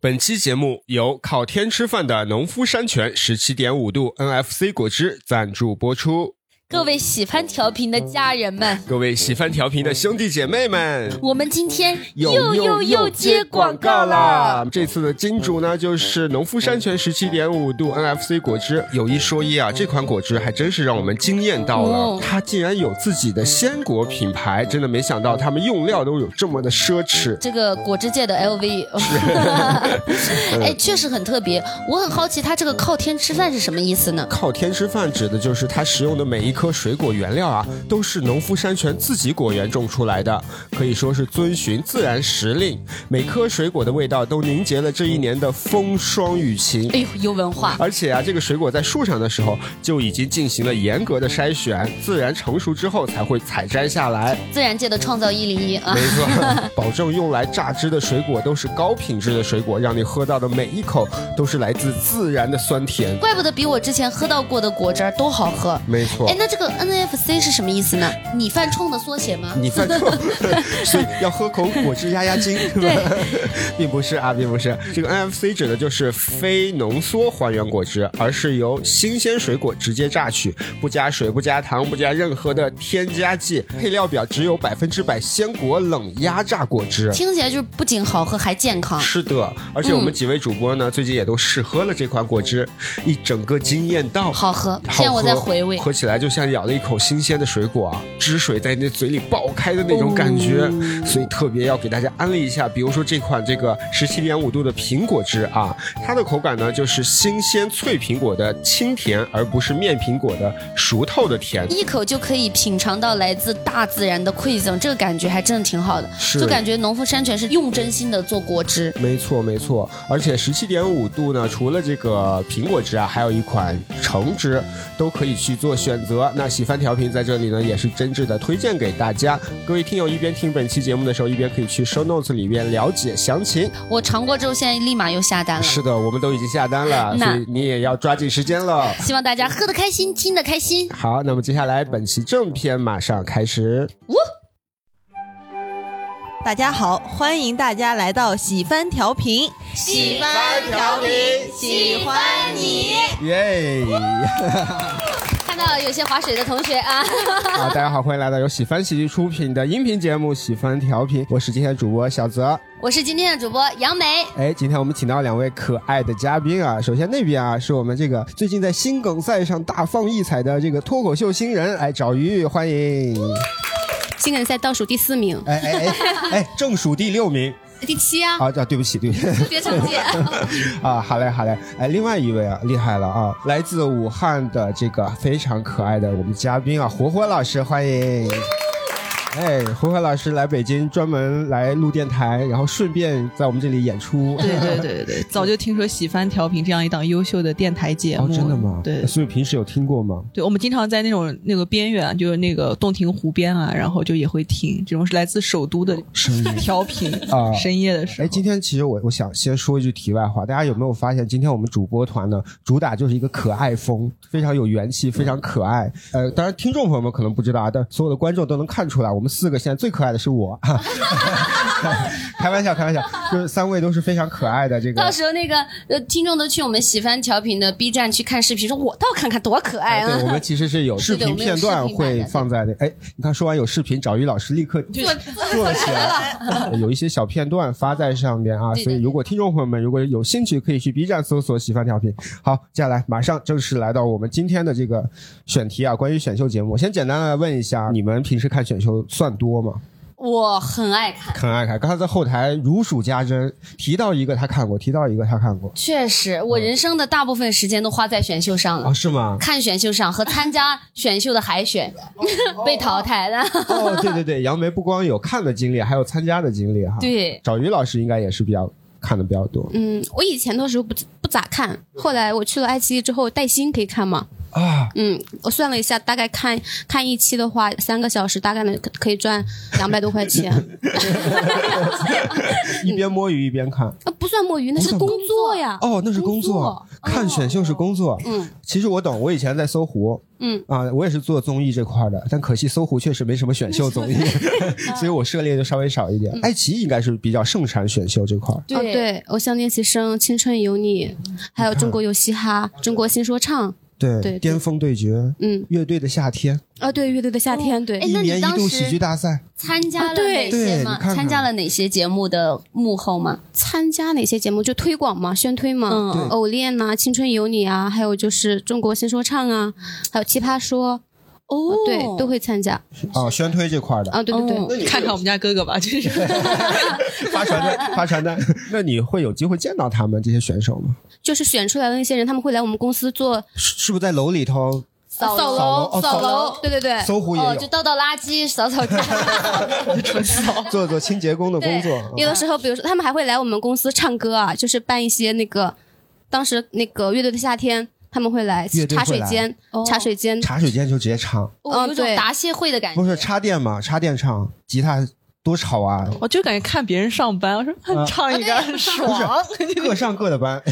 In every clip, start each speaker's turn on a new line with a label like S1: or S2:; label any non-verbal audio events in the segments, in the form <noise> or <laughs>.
S1: 本期节目由靠天吃饭的农夫山泉十七点五度 NFC 果汁赞助播出。
S2: 各位喜欢调频的家人们，
S1: 各位喜欢调频的兄弟姐妹们，
S2: 我们今天
S1: 又
S2: 又又又接广告
S1: 啦
S2: 啦！！
S1: 这次的金主呢，就是农夫山泉十七点五度 NFC 果汁。有一说一啊，这款果汁还真是让我们惊艳到了，
S2: 哦
S1: 它竟然有自己的鲜果品牌，真的没想到他们用料都有这么的奢
S2: <laughs>
S1: 侈。
S2: 这个果汁界的 LV，哎，确实很特别。我很好奇，它这个靠天吃饭是什么意思呢？
S1: 靠天吃饭指的就是它食用的每一颗水果原料啊，都是农夫山泉自己果园种出来的，可以说是遵循自然时令。每颗水果的味道都凝结了这一年的风霜雨晴。
S2: 哎呦，有文化！
S1: 而且啊，这个水果在树上的时候就已经进行了严格的筛选，自然成熟之后才会采摘下来。
S2: 自然界的创造一零一啊
S1: 没！错，保证用来榨汁的水果都是高品质的水果，让你喝到的每一口都是来自自然的酸甜。
S2: <laughs> 怪不得比我之前喝到过的果汁儿都好喝。
S1: 没错
S2: 哎，。那这个 NFC 是什么意思呢？你犯冲的缩写吗？
S1: 你犯
S2: <laughs>
S1: 错， <laughs> 所以要喝口果汁压压惊，是吧？并不是啊，并不是。这个 NFC 指的就是非浓缩还原果汁，而是由新鲜水果直接榨取，不加水、不加糖、不加任何的添加剂，配料表只有百分之百鲜果冷压榨果汁。
S2: 听起来就是不仅好喝还健康。
S1: 是的，而且我们几位主播呢，最近也都试喝了这款果汁，一整个惊艳到。
S2: 好喝，
S1: 好
S2: 现在我在
S1: 喝
S2: 回味。
S1: 喝起来就像咬了一口新鲜的水果啊，汁水在你的嘴里爆开的那种感觉，
S2: 哦
S1: 所以特别要给大家安利一下。比如说这款这个十七点五度的苹果汁啊，它的口感呢就是新鲜脆苹果的清甜，而不是面苹果的熟透的甜。
S2: 一口就可以品尝到来自大自然的馈赠，这个感觉还真的挺好的，
S1: 是
S2: 就感觉农夫山泉是用真心的做果汁。
S1: 没错，没错，而且十七点五度呢，除了这个苹果汁啊，还有一款橙汁，都可以去做选择。那喜番调频在这里呢，也是真挚的推荐给大家。各位听友一边听本期节目的时候，一边可以去 show notes 里边了解详情。
S2: 我尝过之后，现在立马又下单了。
S1: 是的，我们都已经下单了，
S2: 那
S1: 所以你也要抓紧时间了。
S2: 希望大家喝得开心，听得开心。
S1: 好，那么接下来本期正片马上开始。
S2: 呜、
S3: 大家好，欢迎大家来到喜番调频，
S2: 喜
S3: 欢调频喜欢你。
S1: 耶！
S2: 看到有些划水的同学啊，
S1: 好，大家好，欢迎来到由喜番喜剧出品的音频节目《喜番调频》，我是今天的主播小泽。
S2: <laughs> 我是今天的主播杨梅。
S1: 哎，今天我们请到两位可爱的嘉宾啊。首先那边啊，是我们这个最近在新梗赛上大放异彩的这个脱口秀新人，哎，找鱼，欢迎。
S2: 嗯新梗赛倒数第四名，
S1: 哎哎哎哎，正数第六名。
S2: 第七啊，
S1: 好、啊，对不起，对不起。
S2: 别成
S1: <laughs>
S2: 绩。
S1: 啊，好嘞，好嘞。哎，另外一位啊，厉害了啊，来自武汉的这个非常可爱的我们嘉宾啊，火火老师，欢迎。哎，火火老师来北京专门来录电台，然后顺便在我们这里演出。
S3: 对对对对对，早就听说喜番调频这样一档优秀的电台节目，
S1: 哦，真的吗？
S3: 对
S1: 所以平时有听过吗？
S3: 对，我们经常在那种那个边缘，啊就是那个洞庭湖边啊，然后就也会听这种是来自首都的
S1: 哦声音
S3: 调频
S1: 啊
S3: <laughs> 深夜的时
S1: 哎，
S3: 候，
S1: 今天其实我我想先说一句题外话，大家有没有发现，今天我们主播团呢，主打就是一个可爱风，非常有元气，非常可爱。呃，当然听众朋友们可能不知道啊，但所有的观众都能看出来，我们四个现在最可爱的是我。啊 <laughs> 开玩笑，开玩笑，就是三位都是非常可爱的这个
S2: 到。时候那个呃，听众都去我们喜番调频的 B 站去看视频，说我倒看看多可爱
S1: 哎
S2: 啊
S1: 对，我！们其实是有视
S2: 对
S1: 频
S2: 我们有
S1: 片
S2: 视
S1: 段
S2: 频版
S1: 会
S2: 的
S1: 放在那。哎，你看说完有视频，找于老师立刻坐起来，有一些小片段发在上面啊，
S2: 对对
S1: 所以如果听众朋友们如果有兴趣，可以去 B 站搜索“喜欢调频”。好，接下来马上正式来到我们今天的这个选题啊，关于选秀节目，我先简单的问一下，你们平时看选秀算多吗？
S2: <laughs> 我很爱看。
S1: 很爱看，刚才在后台如数家珍，提到一个他看过，提到一个他看过
S2: 确实，
S1: 嗯
S2: 我人生的大部分时间都花在选秀上了。
S1: 啊，是吗？
S2: 看选秀上和参加选秀的海选被淘汰的，
S1: 哦，对对对，杨梅不光有看的经历，还有参加的经历哈。，
S2: 对。
S1: 找于老师应该也是比较看的比较多。
S4: 嗯，我以前的时候不不咋看，后来我去了爱奇艺之后，带薪可以看嘛，
S1: 啊，
S4: 嗯，我算了一下，大概看看一期的话，三个小时大概能可以赚两百多块
S1: <laughs>
S4: 钱。
S1: 一边摸鱼一边看。
S4: 啊，不算摸鱼，那是工作呀。
S1: 哦，那是工
S4: 作
S1: 作，，看选秀是工作。
S4: 嗯
S1: 其实我懂，我以前在搜狐，
S4: 嗯
S1: 啊，我也是做综艺这块儿的，但可惜搜狐确实没什么选秀综艺， <laughs> 所以我涉猎就稍微少一点。爱奇艺应该是比较盛产选秀这块儿。
S4: 啊，对，《偶像练习生》《青春有你》，还有《中国有嘻哈》《中国新说唱》，
S1: 对，
S4: 对
S1: 巅峰对决，
S4: 嗯，
S1: 乐队的夏天，
S4: 啊，对，《乐队的夏天》，对
S5: 哎，
S1: 一
S5: 那你
S1: 年一
S5: 当
S1: 度
S5: 时
S1: 喜剧大赛，
S5: 参加
S4: 啊
S5: 了
S4: 对
S5: 哪
S1: 对
S5: 些
S1: 你
S5: 吗？
S1: 看看
S5: 参加了哪些节目的幕后吗？
S4: 参加哪些节目就推广嘛，宣推嘛，
S3: 嗯
S1: 对
S4: 偶练呐、青春有你》啊，还有就是《中国新说唱》啊，还有《奇葩说》啊
S5: 哦
S4: 对，都会参加
S1: 啊，宣推这块儿的，
S4: 啊，对对对。
S5: 哦
S3: 看看我们家哥哥吧，
S1: 啊
S3: 真是
S1: 发传单，发传单。那你会有机会见到他们这些选手吗？
S4: 就是选出来的那些人，他们会来我们公司做
S1: 是是不是在楼里头？
S5: 扫
S4: 楼、
S1: 楼哦
S4: 扫
S1: 扫
S5: 楼
S4: 对对对，
S1: 搜狐也
S5: 哦，就
S1: 有
S5: 倒倒垃圾，扫扫地。
S1: 做做清洁工的工作。
S4: 有的时候，比如说他们还会来我们公司唱歌啊，就是办一些那个，当时那个乐队的夏天，他们会来
S1: 乐队
S4: 茶
S1: 会
S4: 水
S1: 来
S4: 间
S5: 哦，
S4: 茶水间，
S1: 茶水间就直接唱，
S5: 哦，
S4: 嗯
S5: 有种
S4: 对
S5: 答谢会的感觉。
S1: 不是插电嘛？插电唱，吉他多吵啊！
S3: 我就感觉看别人上班，我说
S1: 啊
S3: <laughs> 唱一个很爽，
S1: 各上各的班，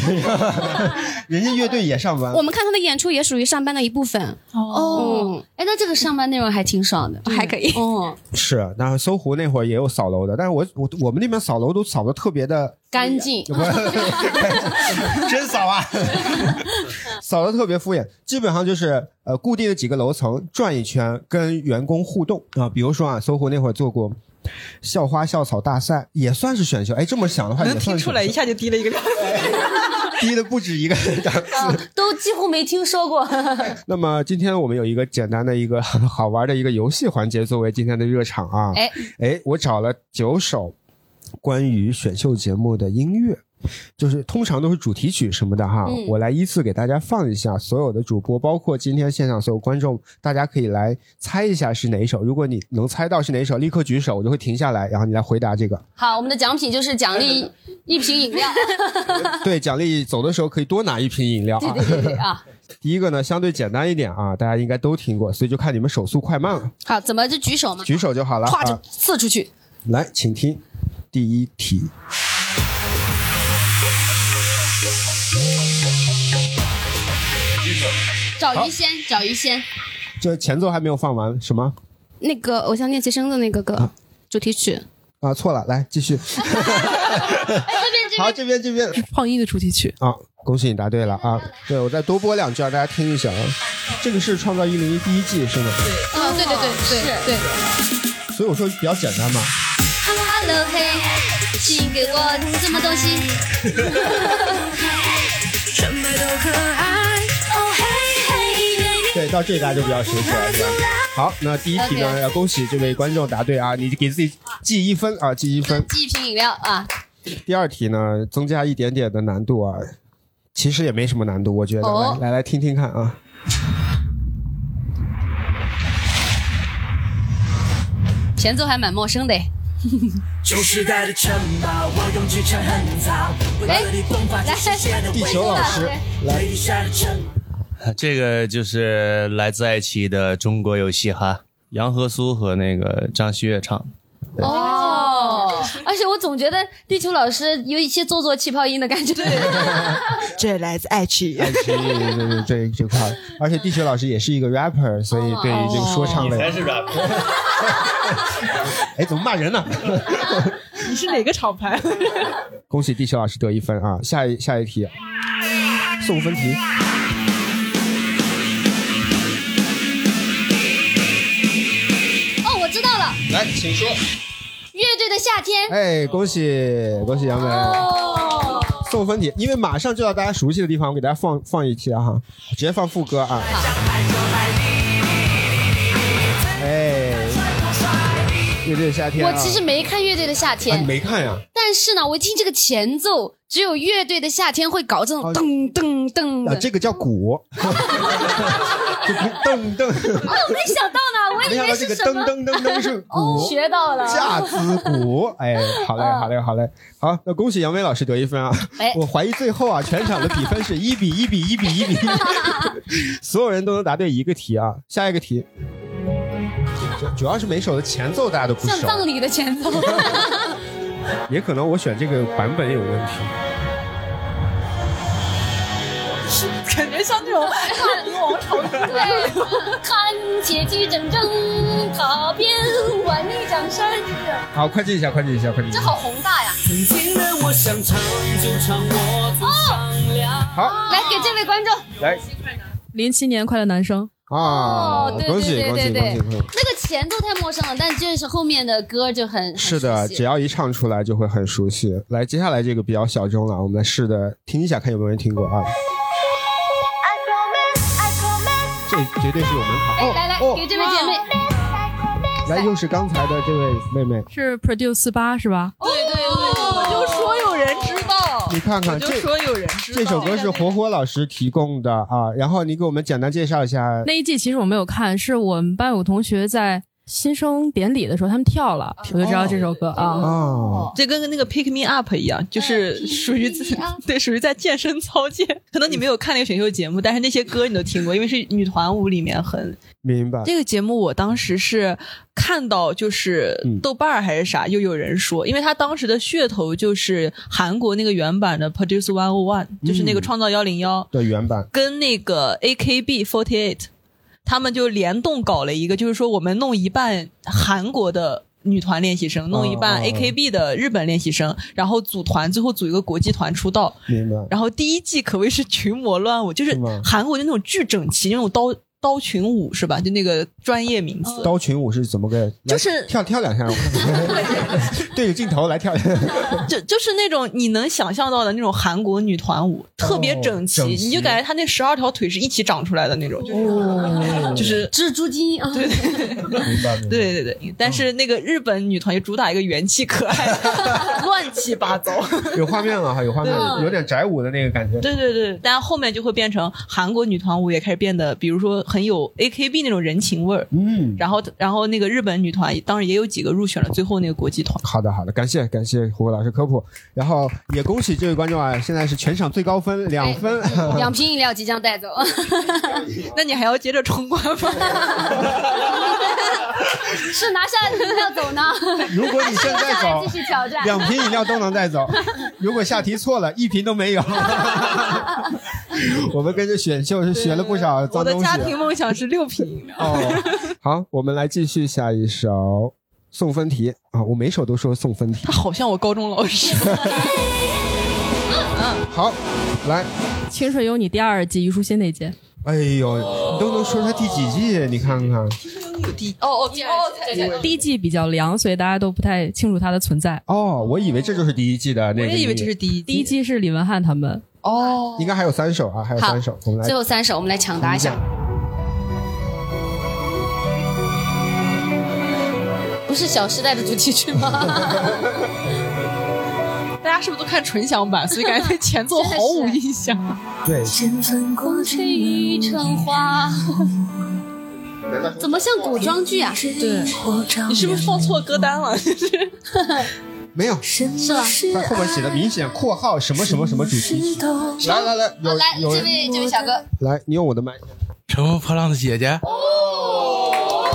S1: <laughs> 人家乐队也上班
S4: 我。们看他的演出也属于上班的一部分，嗯
S5: 哦，哎，那这个上班内容还挺爽的。
S4: 还可以。
S5: 哦，
S1: 是，然后搜狐那会儿也有扫楼的，但是我我我们那边扫楼都扫的特别的，
S5: 干净。
S1: 不是 <laughs> 真扫啊，
S3: 嗯
S1: 扫的特别敷衍，基本上就是呃固定的几个楼层转一圈，跟员工互动啊、比如说啊，搜狐那会儿做过校花校草大赛，也算是选秀，哎，这么想的话也
S3: 能
S1: 算
S3: 听
S1: 是
S3: 出来一
S1: 选秀
S3: 下就低了一个档次。
S1: <laughs> 低的不止一个档次。
S5: 都几乎没听
S1: <laughs>
S5: 说过，
S1: 那么今天我们有一个简单的一个 <laughs> 好玩的一个游戏环节作为今天的热场啊，
S5: 哎
S1: 哎，我找了九首关于选秀节目的音乐，就是通常都是主题曲什么的哈，
S4: 嗯
S1: 我来依次给大家放一下。所有的主播，包括今天现场所有观众，大家可以来猜一下是哪一首。如果你能猜到是哪一首，立刻举手，我就会停下来，然后你来回答这个。
S5: 好，我们的奖品就是奖励一瓶饮料。
S1: 对，奖励走的时候可以多拿一瓶饮料
S5: <laughs> 对
S1: 啊。
S5: 对对对啊，
S1: 第一个呢，相对简单一点啊，大家应该都听过，所以就看你们手速快慢了，
S5: 好，怎么就举手嘛？
S1: 举手就好了。
S5: 歘
S1: 啊
S5: 就刺出去。
S1: 来，请听第一题。
S5: 找于仙，找于仙。
S1: 这前奏还没有放完，什么
S4: 那个《偶像练习生》的那个歌主题曲，
S1: 啊？错了，来继续。
S5: 哎，这边这边
S1: 好，这边这边
S3: 胖音的主题曲，
S1: 啊，恭喜你答对了啊！对我再多播两句，让大家听一下啊。这个是《创造一零一》第一季是吗？
S5: 啊，对对对对对。
S1: 所以我说比较简单嘛。
S5: Hello 嘿，请给我什么东
S1: <laughs>
S5: 西？哦
S1: 对，到这里大家就比较熟悉了。是吧好，那第一题呢，
S5: OK
S1: 要恭喜这位观众答对啊！你给自己记一分啊，记一分。
S5: 寄一瓶饮料啊！
S1: 第二题呢，增加一点点的难度啊，其实也没什么难度，我觉得。
S5: 哦
S1: 来来来，听听看啊。
S5: 前奏还蛮陌生的哎，
S6: <laughs> 旧时代的城堡，我用剧场很早，不
S5: 哎
S6: 断地迸发出新鲜的
S1: 地
S6: 味
S1: 球
S6: 道
S1: 老。师，来
S6: 回忆下的城
S7: <laughs> 这个就是来自爱奇艺的《中国有嘻哈》，杨和苏和那个张馨月唱的。
S5: 哦， <laughs> 而且我总觉得地球老师有一些做作气泡音的感 <laughs> 觉。哦
S3: 这来自爱奇艺。
S1: 爱奇艺对对这这块儿，而且地球老师也是一个 rapper，所以对于这个说唱类，
S7: 哦是 rap。
S1: 哎，怎么骂人呢？
S3: 你是哪个厂牌？
S1: 恭喜地球老师得一分啊！下一下一题，送分题。
S5: 哦，我知道了，
S1: 来，请说。
S5: 乐队的夏天。
S1: 哎，恭喜恭喜杨梅
S5: 哦，
S1: 送分题，因为马上就到大家熟悉的地方，我给大家放放一题啊哈，直接放副歌啊。哎，乐队夏天、
S5: 我
S1: 啊，
S5: 其实没看乐队的夏
S1: 啊你
S5: 天，
S1: 没看呀、
S5: 但是呢，我一听这个前奏，只有乐队的夏天会搞这种
S1: 哦
S5: 噔噔噔
S1: 啊，
S5: 的。
S1: 这个叫鼓， <laughs> 就不噔噔，
S5: 哦，我没想到呢，我
S1: 没
S5: 以
S1: 想到
S5: 为
S1: 这
S5: 是
S1: 个
S5: 什
S1: 噔
S5: 么。
S1: 噔噔噔是
S5: 哦，
S1: 鼓，
S5: 学到了。
S1: 架子鼓。哎，好嘞，好嘞，好嘞，好，那恭喜杨威老师得一分啊
S5: 嗯哎！
S1: 我怀疑最后啊，全场的比分是一比一比一比一比一。 <laughs> 所有人都能答对一个题啊。下一个题，主主要是每首的前奏大家都不
S5: 像
S1: 熟，
S5: 葬礼的前奏，
S1: 也可能我选这个版本有问题。
S3: 感觉像那种大明王朝
S5: 对，看切记整正，踏遍万里江山，
S1: 好，快进一下，快进一下，快进一
S5: 这
S1: 下。
S5: 好宏大呀！
S6: 曾经的我想唱就唱，我曾商量。
S1: 好，
S5: 来给这位观众，
S1: 来
S8: 零七年快乐男生，
S1: 啊
S5: 哦，对
S1: 恭喜
S5: 对对
S1: 恭喜
S5: 对
S1: 恭喜
S5: 对
S1: 恭喜！
S5: 那个前奏太陌生了，但就是后面的歌就很很
S1: 是的，
S5: 熟悉
S1: 只要一唱出来就会很熟悉。来，接下来这个比较小众了，我们来试着听一下，看有没有人听过啊。
S5: 哎
S1: 这绝对是有门槛。
S5: 哎
S1: 哦
S5: 来来
S1: 哦
S5: 给这位姐妹，
S1: 来，又是刚才的这位妹妹，
S8: 是 Produce 四八是吧？
S3: 对对对，我就说有人知
S5: 哎
S3: 道，
S1: 你看
S3: 我
S1: 看
S3: 就
S1: 这
S3: 说有人知道。
S1: 这首歌是火火老师提供的啊，然后你给我们简单介绍一下。
S8: 那一季其实我没有看，是我们班有个同学在新生典礼的时候他们跳了，
S3: 哦
S8: 我就知道这首歌啊。
S1: 哦，
S3: 这跟那个 Pick Me Up 一样，就是属于自
S5: 哎 Pick Me Up
S3: 对属于在健身操界。可能你没有看那个选秀节目，但是那些歌你都听过，因为是女团舞里面很
S1: 明白。
S3: 这个节目我当时是看到，就是
S1: 嗯
S3: 豆瓣儿还是啥，又有人说，因为他当时的噱头就是韩国那个原版的 Produce One O One，就是那个创造幺零幺，
S1: 对原版
S3: 跟那个 AKB forty eight，他们就联动搞了一个，就是说我们弄一半韩国的。女团练习生弄一
S1: 哦
S3: 半
S1: 哦哦
S3: AKB 的日本练习生，然后组团，最后组一个国际团出道。
S1: 明白。
S3: 然后第一季可谓是群魔乱舞，就是
S1: 是吗
S3: 韩国就那种巨整齐，那种刀刀群舞是吧？就那个专业名词。
S1: 刀群舞是怎么个？来
S3: 就是
S1: 跳跳两下，我看看对着镜头来跳。
S3: 就就是那种你能想象到的那种韩国女团舞，特别整齐，
S1: 哦整齐
S3: 你就感觉她那十二条腿是一起长出来的那种，就是、就是。
S5: 蜘蛛精啊，
S1: 明白。明白
S3: 对对对，但是那个日本女团就主打一个元气可
S5: <laughs>
S3: 爱， <laughs> 乱七八糟。
S1: 有画面了哈，有画面了，有点宅舞的那个感觉。
S3: 对对对，但后面就会变成韩国女团舞也开始变得，比如说很有 AKB 那种人情味儿。
S1: 嗯，
S3: 然后然后那个日本女团当然也有几个入选了最后那个国际团。
S1: 好的好的，感谢感谢胡歌老师科普，然后也恭喜这位观众啊，现在是全场最高分两分。
S5: 两瓶饮料即将带走。
S3: <laughs> 那你还要接着冲关吗？
S5: <laughs> 是拿下来的饮料走呢，
S1: 如果你
S5: <laughs>
S1: 现在
S5: 下来
S1: 走
S5: 继，续挑战。
S1: 两瓶饮料都能带走。如果下题错了，一瓶都没有。我们跟着选秀是学了不少
S3: 我
S1: 脏
S3: 的
S1: 东
S3: 家
S1: 西啊
S3: 庭。梦想是六瓶饮料。
S1: 哦，好，我们来继续下一首送分题啊！我每首都说送分题。
S3: 他好像我高中老师。
S1: <laughs> 好，来，
S8: 《清水有你》第二季虞书欣那届，
S1: 哎呦，你都能说他第几季？你看看，
S3: 哦哦哦，
S8: 第一季比较凉，所以大家都不太清楚它的存在。
S1: 哦，我以为这就是第一季的那
S3: 我
S1: 个。
S3: 也以为这是第一
S8: 第一季是李文翰他们，
S3: 哦。
S1: 应该还有三首啊，还有
S5: 好
S1: 三首，我们来
S5: 最后三首，我们来抢答一下。不是《小时代》的主题曲吗？
S3: <laughs> 大家是不是都看纯享版，所以感觉对前奏毫无印象？啊
S1: 对，
S5: 风吹一城花，怎啊么像古装剧啊？
S3: 对，你是不是放错歌单
S1: 啊
S3: 了？
S1: 没有，
S5: 是吧？
S1: 它后边写的明显括号什么什么什么主题曲。来来来，有
S5: 哦来，
S1: 有
S5: 这
S1: 人
S5: 位这位小哥，
S1: 来，你用我的麦。
S9: 乘风破浪的姐姐，
S3: 哦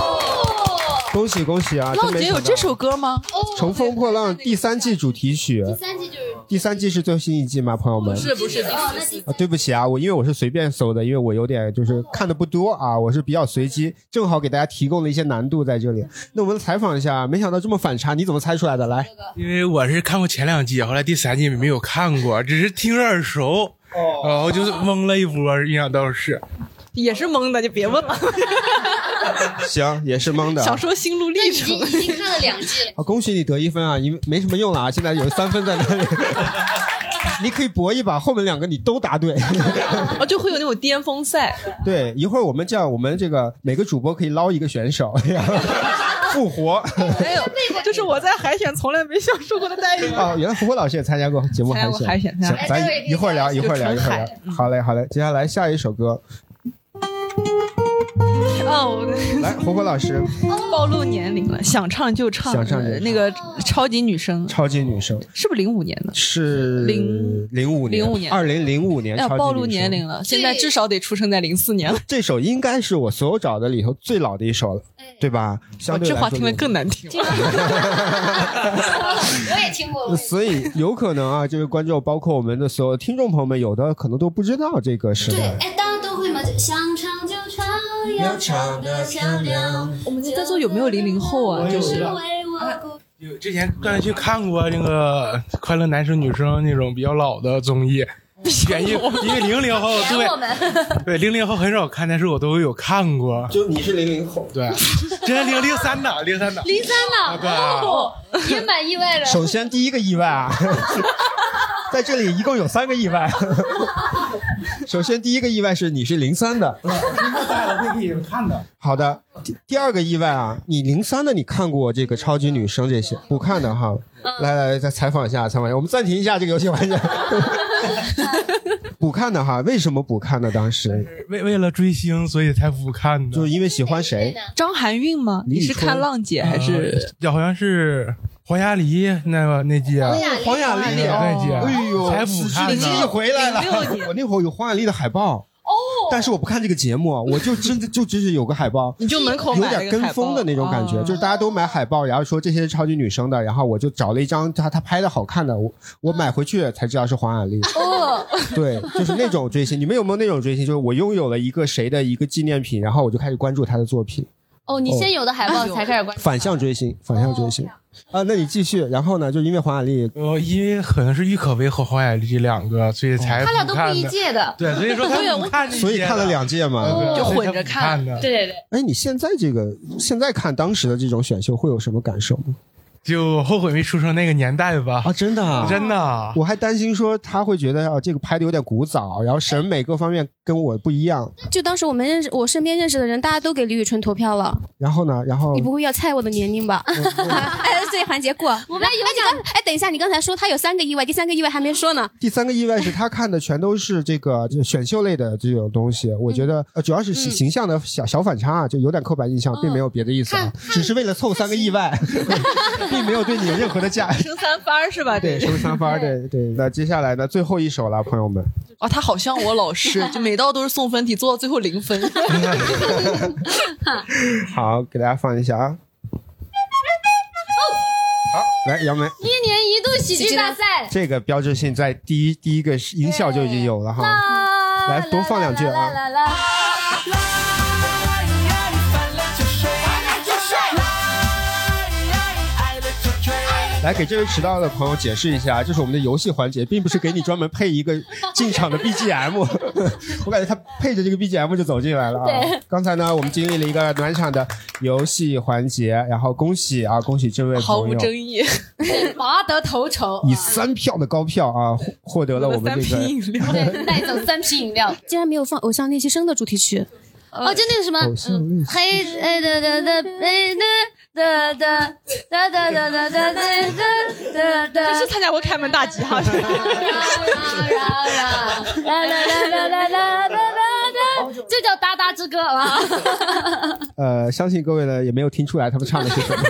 S1: 恭喜恭喜啊！真没想到
S3: 歌吗？
S5: 哦
S1: 《乘风破浪》第三季主题曲，
S5: 三季就是
S1: 第三季是最新一季吗？朋友们，
S3: 是不是？
S1: 啊，对不起啊，我因为我是随便搜的，因为我有点就是看的不多啊，我是比较随机，正好给大家提供了一些难度在这里。那我们采访一下，没想到这么反差，你怎么猜出来的？来，
S9: 因为我是看过前两季，后来第三季没有看过，只是听着耳熟，
S3: 哦
S9: 然后就是懵了一波，印象倒是。
S3: 也是懵的，就别问了。
S1: 行，也是懵的。
S3: 想说心路历程。
S5: 已经看了两季了。
S1: 啊，恭喜你得一分啊，因为没什么用了啊，现在有三分在那里， <laughs> 你可以搏一把，后面两个你都答对。 <laughs>
S3: 哦，就会有那种巅峰赛，
S1: 对，一会儿我们这样，我们这个每个主播可以捞一个选手， <laughs> 复活。
S5: 哎
S3: 没有， <laughs> 就是我在海选从来没享受过的待遇。
S1: 哦，原来胡波老师也参加过节目海
S3: 参加过海选哎
S1: 行
S3: 参加，
S1: 咱一会儿聊，一会儿聊，一会儿聊。好嘞，好嘞，接下来下一首歌，
S5: 哦
S3: 哦，
S1: 来，火火老师，
S3: 暴露年龄了，想唱就唱，
S1: 想唱就
S3: 呃
S1: 唱
S3: 那个超级女声
S1: 超级女声
S3: 是不是零五年的？
S1: 是
S3: 零
S1: 零五年，
S3: 05年
S1: 二零零五年
S3: 哎
S1: 超
S3: 呀
S1: 级女声
S3: 暴露年龄。了，现在至少得出生在零四年了。
S1: 这首应该是我所有找的里头最老的一首了，对吧？
S3: 哎我
S1: 相对
S3: 这
S1: 来
S3: 话
S1: 说，
S3: 听得更难听。
S5: 我也听过，
S1: 所以有可能啊，这位观众，包括我们的所有听众朋友们，有的可能都不知道这个是
S5: 对，哎，大家都会嘛，想唱就唱，要唱的漂亮。
S3: 我们在座有没有零零后啊？就是
S5: 为我鼓
S9: 有之前刚才去看过那个《快乐男生女生》那种比较老的综艺，
S3: 哦
S9: 演绎因为零
S3: <laughs>
S9: 零后对
S5: 我们，
S9: 对零零后很少看，但是我都有看
S3: <laughs>
S9: 过。
S1: 就你是零零后。
S9: 对，这零零三的零三
S5: <laughs>
S9: 的，
S5: 零三
S9: 啊
S5: 了，
S9: 对啊
S5: 哦，也蛮意外的。
S1: 首先第一个意外
S3: <laughs>
S1: 啊，在这里一共有三个意外。首先第一个意外是你是零三的，
S9: 带了会给你们看的。
S1: 好的。第第二个意外啊，你零三的你看过这个超级女声这些不看的哈？
S3: 嗯
S1: 来来来，再采访一下，采访一下，我们暂停一下这个游戏环节。补看的哈，为什么补看呢？当时
S9: 为为了追星，所以才不看的
S1: 就。是因为喜欢谁？
S3: 张含韵吗？
S1: 李宇
S3: 你是
S1: 春
S3: 看浪姐
S1: 啊
S3: 还是？
S9: 呃好像是黄雅梨那个那啊届，
S1: 啊黄雅
S9: 那
S1: 莉
S9: 届那届，
S1: 哎呦，
S9: 才不看
S1: 你
S9: 呢。
S1: 回来了
S3: 06年
S1: 我那会儿有黄雅莉的海报哦，但是我不看这个节目，啊我就真的就真是有个海报。
S3: 你就门口
S1: 有
S3: 买了
S1: 点
S3: 个
S1: 跟
S3: 海报
S1: 风的那种感觉，
S3: 啊
S1: 就是大家都买海报，然后说这些是超级女生的，然后我就找了一张她她拍的好看的，我我买回去才知道是黄雅莉。
S5: 哦， <laughs>
S1: 对，就是那种追星。你们有没有那种追星？就是我拥有了一个谁的一个纪念品，然后我就开始关注她的作品，
S5: 哦，你先有的海报才开始关注。哦
S1: 反向追星，反向追星。啊，那你继续。然后呢，就因为黄雅莉，
S9: 我因为可能是郁可唯和黄雅莉两个，所以才
S5: 他俩
S9: 不
S5: 都
S9: 看
S5: 不一
S9: 的。
S5: 届的，
S9: 对，所以说
S3: 对
S9: 他
S3: 我
S9: 不看这些的，
S1: 所以看了两届嘛。
S9: 对
S3: 就
S9: 所
S3: 混
S9: 以他
S3: 着
S9: 不
S3: 看
S9: 的。
S5: 对对对，
S1: 哎，你现在这个现在看当时的这种选秀会有什么感受吗？
S9: 就后悔没出生那个年代吧，
S1: 啊，真的、啊，
S9: 真的啊。
S1: 我还担心说他会觉得啊，这个拍的有点古早，然后审美各方面跟我不一样。
S4: 就当时我们认识，我身边认识的人，大家都给李宇春投票了。
S1: 然后呢，然后
S4: 你不会要猜我的年龄吧？ <laughs> 哎，这一环节过。
S5: 我们有
S4: 哎，你刚哎，等一下，你刚才说他有三个意外，第三个意外还没说呢。
S1: 第三个意外是他看的全都是这个 <laughs> 就选秀类的这种东西，我觉
S5: 嗯
S1: 得呃主要是形形象的小小反差啊，就有点刻板印象，并没有别的意思啊， <laughs> 只是为了凑三个意外，并没有对你有任何的
S5: <laughs>
S1: 价。
S3: <laughs> 升三番儿是吧？
S1: 对，
S3: 这
S1: 什么
S3: <laughs>
S1: 三番儿？对对。那接下来呢，最后一首了，朋友们。
S3: 哦，他好像我老师，就每道都是送分题，做到最后零
S1: <laughs>
S3: 分。
S5: <laughs>
S1: 好，给大家放一下啊。好，来杨梅，
S5: 一年一度喜剧大赛，
S1: 这个标志性在第一第一个音效就已经有了哈。来多放两句啊
S5: 啦啦啦啦啦
S1: 来给这位迟到的朋友解释一下，这是我们的游戏环节，并不是给你专门配一个进场的 BGM。我 <laughs> 感觉他配着这个 BGM 就走进来了啊。刚才呢，我们经历了一个暖场的游戏环节，然后恭喜啊，恭喜这位
S3: 毫
S1: 朋
S3: 无
S1: 友。
S3: 争议。
S5: 拔得头筹，
S1: 以三票的高票啊，获获得了我
S3: 三
S1: 们这
S3: 瓶
S1: 个
S3: 饮料，
S5: 对，带走三瓶饮料。
S4: <laughs> 竟然没有放《偶像练习生》的主题曲，
S5: 哦，就那个什么，
S1: 偶像练习
S5: 嘿，哎哒哒哒，哎哒哒哒哒哒哒哒哒哒哒
S3: 不
S5: 哒
S3: 是。 <laughs> 参加过开门大吉哈。 <laughs>
S5: 就叫哒哒之歌啊！
S1: 呃，相信各位呢也没有听出来他们唱的是什么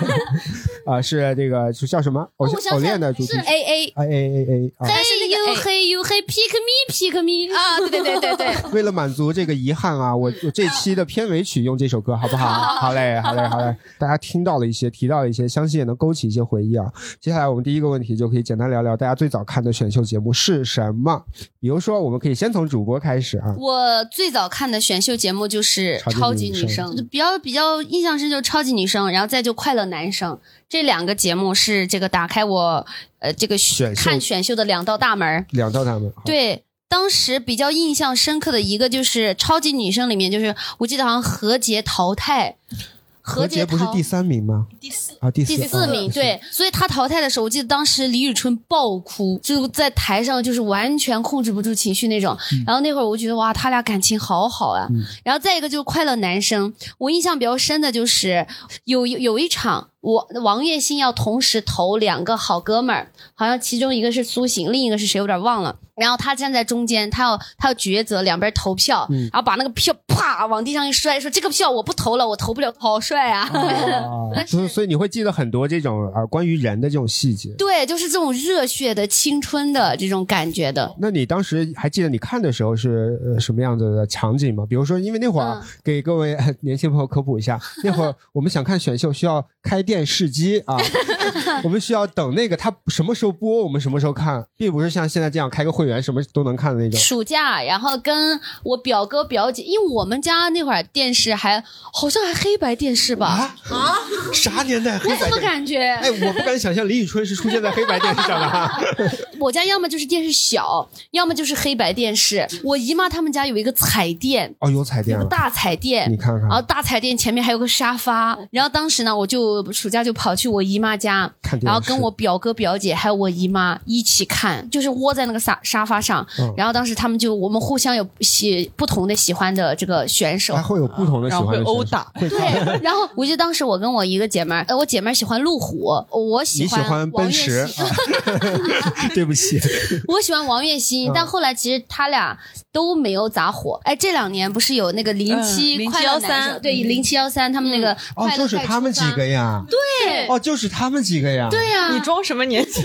S1: 啊，是这个是叫什么偶
S5: 我
S1: 像
S5: 想
S1: 偶
S5: 起来
S1: 恋的主题曲
S5: 是
S4: A A
S1: 哎哎哎哎啊！
S5: 嘿呦嘿呦嘿，pick me pick me
S4: 啊，对对对对对，
S1: <laughs> 为了满足这个遗憾啊，我我这期的片尾曲用这首歌好不
S2: <laughs>
S1: 好？好嘞，好嘞，好嘞！大家听到了一些，提到了一些，相信也能勾起一些回忆啊。接下来我们第一个问题就可以简单聊聊大家最早看的选秀节目是什么？比如说，我们可以先从主播开始啊。
S2: 我最早看的选秀节目就是《
S1: 超
S2: 超
S1: 级
S2: 级
S1: 女
S2: 女
S1: 声
S2: 声》，比较比较印象深就是《超级女声》，然后再就《快乐男声》这两个节目是这个打开我呃这个
S1: 选秀
S2: 看选秀的两道大门儿。
S1: 两道他们，好
S2: 对，当时比较印象深刻的一个就是《超级女声》里面，就是我记得好像何洁淘汰，
S1: 何洁
S2: 洁
S1: 不是
S2: 淘
S1: 第三名吗？第四啊，第四
S2: 第四
S1: 啊
S2: 名，对，所以她淘汰的时候，我记得当时李宇春爆哭，就在台上就是完全控制不住情绪那种。然后那会儿我觉得哇，他俩感情好好啊。然后再一个就是快乐男生，我印象比较深的就是有有有一场。王王栎鑫要同时投两个好哥们儿，好像其中一个是苏醒，另一个是谁有点忘了。然后他站在中间，他要他要抉择两边投票，
S10: 嗯
S2: 然后把那个票啪往地上一摔，说这个票我不投了，我投不了，好帅啊！
S1: 所以所以你会记得很多这种呃关于人的这种细节。
S2: 对，就是这种热血的、青春的这种感觉的。
S1: 那你当时还记得你看的时候是呃什么样子的场景吗？比如说，因为那会儿啊、
S2: 嗯
S1: 给各位 <laughs> 呃年轻朋友科普一下，那会儿我们想看选秀需要开电视机
S2: <laughs>
S1: 啊，我们需要等那个它什么时候播，我们什么时候看，并不是像现在这样开个会员什么都能看的那种。
S2: 暑假，然后跟我表哥表姐，因为我们家那会儿电视还好像还黑白电视吧？啊，
S1: 啥年代黑
S2: 我
S1: 白
S2: 怎么
S1: 电视
S2: 感觉？
S1: 哎，我不敢想象李宇春是出现在黑白电视上的啊。
S2: 我家要么就是电视小，要么就是黑白电视。我姨妈他们家有一个彩电，
S1: 哦，有彩电
S2: 有
S1: 了，
S2: 个大哦彩电，
S1: 你看看
S2: 然后大彩电前面还有个沙发。然后当时呢，我就暑假就跑去我姨妈家
S1: 看，电视
S2: 然后跟我表哥、表姐还有我姨妈一起看，就是窝在那个沙沙发上。
S1: 嗯
S2: 然后当时他们就我们互相有喜不同的喜欢的这个选手，
S1: 还会有不同的喜欢的选手，会
S2: 对，然后我记得当时我跟我一个姐妹儿，呃，我姐妹儿喜欢路虎，我喜
S1: 你喜
S2: 欢
S1: 欢
S2: 王
S1: 奔
S2: 栎
S1: 驰
S2: 鑫，
S1: 啊？对不起，
S2: 我喜欢王栎鑫
S1: 嗯，
S2: 但后来其实他俩都没有咋火。哎，这两年不是有那个零七
S3: 嗯
S2: 快乐
S3: 0713
S2: 男生对零七幺三他们那个
S1: 哦
S2: 快，
S1: 就
S2: 乐
S1: 是他们几个呀。
S2: 对
S1: 哦，就是他们几个呀。
S2: 对呀，
S3: 你装什么年
S2: 哦
S3: 纪？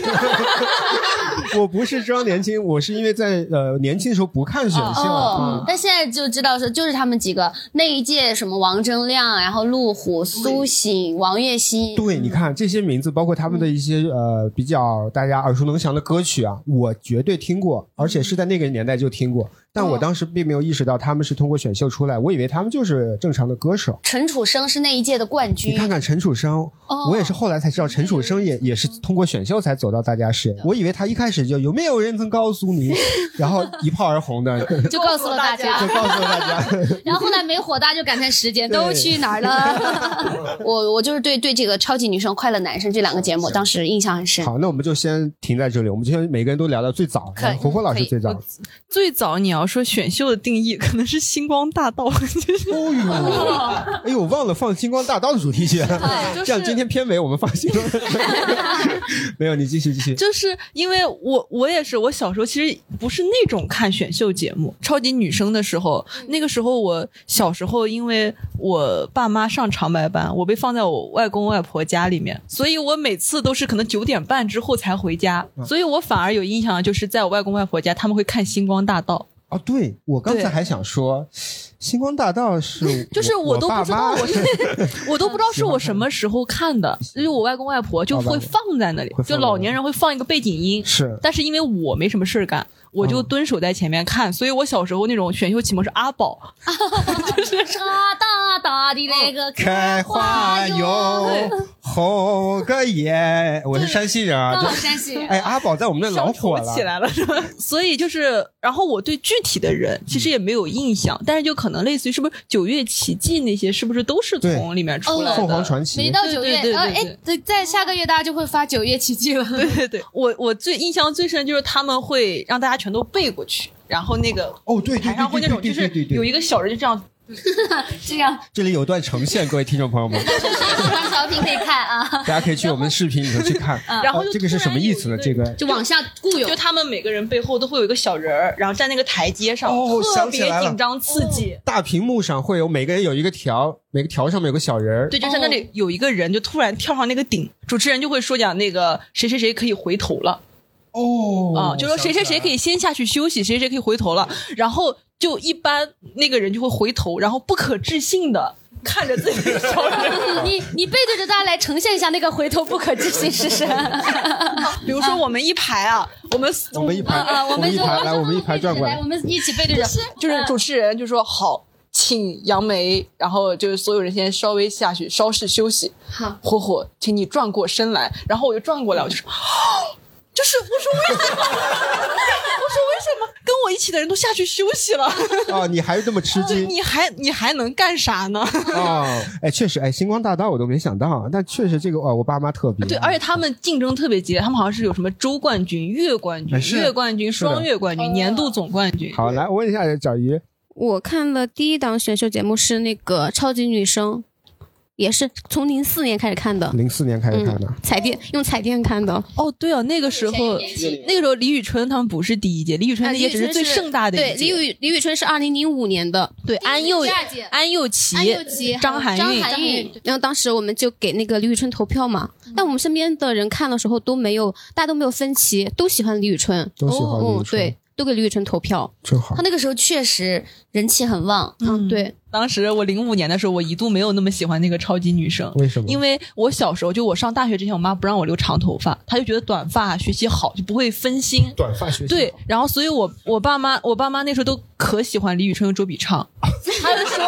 S1: 我不是装年轻，我是因为在呃年轻的时候不看选秀。
S2: 哦
S1: 嗯，
S2: 但现在就知道是就是他们几个那一届什么王铮亮，然后路虎、苏醒、王栎鑫，
S1: 对，你看这些名字，包括他们
S2: 嗯
S1: 的一些呃比较大家耳熟能详的歌曲啊，我绝对听过，而且是在那个年代就听过，但
S2: 嗯
S1: 我当时并没有意识到他们是通过选秀出来，我以为他们就是正常的歌手。
S2: 陈楚生是那一届的冠军
S1: 你。看看陈楚生，
S2: 嗯哦嗯
S1: 我也是后来才知道陈楚生也也是通过选秀才走到大家视野。我以为他一开始就有没有人曾告诉
S2: <laughs>
S1: 你，然后一炮而红的。
S2: 就告诉了大家，
S1: 就告诉了大家。
S2: <laughs> 然后后来没火，大家就感叹时间
S1: 对
S2: 都去哪儿了。 <laughs> 我我就是对对这个《超级女声》《快乐男生》这两个节目，当时印象很
S3: <laughs>
S2: 深。 <laughs>
S1: 好，那我们就先停在这里，我们今天每个人都聊到最早，
S3: 可以
S1: 火火老师最早。
S3: 最早你要说选秀的定义，可能是星光大道， <laughs> 就是嗯
S5: <laughs>
S1: 哎呦，我忘了放《星光大道》的主题曲，
S3: 就是
S1: 这样今天片尾我们放《星光》，
S3: <laughs>
S1: 没有，你继续继续。
S3: 就是因为我我也是，我小时候其实不是那种看选秀节目，超级女声的时候，那个时候我小时候因为我爸妈上长白班，我被放在我外公外婆家里面，所以我每次都是可能九点半之后才回家，所以我反而有印象的就是在我外公外婆家，他们会看星光大道。
S1: 哦，对我刚才
S3: 对
S1: 还想说，《星光大道》是
S3: <laughs> 就是
S1: 我
S3: 我都不知道
S1: 爸妈 <laughs>
S3: 我是，我都不知道是我什么时候看的，就是我外公外婆就会放在那里
S1: 会放在那里，
S3: 就老年人会放一个背景音。
S1: 是
S3: 但是因为我没什么事儿干，我就蹲守在前面看，所以我小时候那种选秀启蒙是阿宝，
S2: 哒哒哒啊的那
S3: 哦
S2: 个
S1: 开花哟，红个眼。我是山西人啊，
S3: 对
S1: 就
S3: 我嗯山西人
S1: 哎，阿宝在我们那老火
S3: 我起
S1: 了。
S3: 来了是吧？所以就是，然后我对具体的人其实也没有印象，但是就可能类似于是不是九月奇迹那些，是不是都是
S1: 对
S3: 从里面出来的？
S1: 凤凰传奇
S3: 对
S5: 每到九月，
S3: 对对
S5: 呃，
S3: 对对
S5: 哎，对，在下个月大家就会发九月奇迹了。
S3: 对对对，我我最印象最深就是他们会让大家全都背过去，然后那个
S1: 哦对对对
S3: 台上会那种
S1: 对
S3: 就
S1: 对
S3: 是
S1: 对对对
S3: 有一个小人就这样这样，
S1: 这里有段呈现，各位听众朋友们，
S2: 喜欢小品可以看啊
S3: <laughs>
S1: 大。家可以去我们视频里头去看。
S3: 嗯然后
S1: 哦
S3: 就
S1: 这个是什么意思呢？这个
S2: 就往下固有，
S3: 就他们每个人背后都会有一个小人儿，然后在那个台阶上，
S1: 哦
S3: 特
S1: 想起
S3: 别
S1: 来了
S3: 紧张刺激。
S1: 大屏幕上会有每个人有一个条，每个条上面有个小人儿。哦
S3: 对，就在那里有一个人就突然跳上那个顶，主持人就会说讲那个谁谁谁可以回头了。
S1: 哦
S3: 啊，就说谁谁谁可以先下去休息，谁谁可以回头了，然后就一般那个人就会回头，然后不可置信的看着自己的小
S2: <laughs>
S3: 人。
S5: 你你背对着大家来呈现一下那个回头不可置信是什么？
S3: <laughs> 比如说我们一排
S2: <laughs>
S3: 啊，我们
S1: 我们一排，
S5: 啊啊我们
S1: 一
S5: 就
S1: 排，来，我们一排转过
S5: 来，
S1: 来
S5: 我。们一起背对着，嗯
S3: 就是主持人就说好，请杨梅，然后就是所有人先稍微下去稍事休息。
S5: 好，
S3: 火火，请你转过身来，然后我就转过来，我就说。就是我说为什么？我说为什么跟我一起的人都下去休
S1: <laughs>
S3: 息了？
S1: 啊，你还是这么吃惊？
S3: <laughs> 你还你还能干啥呢？
S1: <laughs> 啊、哎，确实，哎，星光大道我都没想到，啊但确实这个哦，我爸妈特别
S3: 啊对，而且他们竞争特别激烈，他们好像是有什么周冠军、月冠
S1: 哎
S3: 军、
S1: 是
S3: 月冠军、
S1: 是的
S3: 双月冠军、哦年度总冠军。
S1: 好。来，我问一下小鱼，
S4: 我看了第一档选秀节目是那个《超级女声》，也是从零四年开始看的，嗯
S1: 零四年开始看的。
S4: 彩电用彩电看的。
S3: 哦，对啊，那个时候，那个时候李宇春他们不是第一届，李宇春
S4: 啊
S3: 那届只是最盛大的
S4: 对，
S3: 一
S4: 啊李
S3: 届。
S4: 宇李宇春是二零零五年的，
S3: 对，安宥
S2: 第二届
S3: 安宥琪
S2: 安宥琪、
S3: 张含
S2: 张
S3: 韵，
S2: 含韵，
S4: 然后当时我们就给那个李宇春投票嘛，但我们身边的人看的时候都没有，大家都没有分歧，都喜欢李宇春，
S1: 都喜欢李宇
S4: 嗯，
S1: 春
S4: 对，都给李宇春投票，
S1: 真好
S2: 他。那个时候确实人气很旺，
S4: 嗯，对，
S3: 当时我零五年的时候，我一度没有那么喜欢那个超级女生，
S1: 为什么？
S3: 因为我小时候就我上大学之前，我妈不让我留长头发，她就觉得短发学习好，就不会分心。
S1: 短发学习
S3: 对，然后所以我我爸妈我爸妈那时候都可喜欢李宇春和周笔畅，他们说，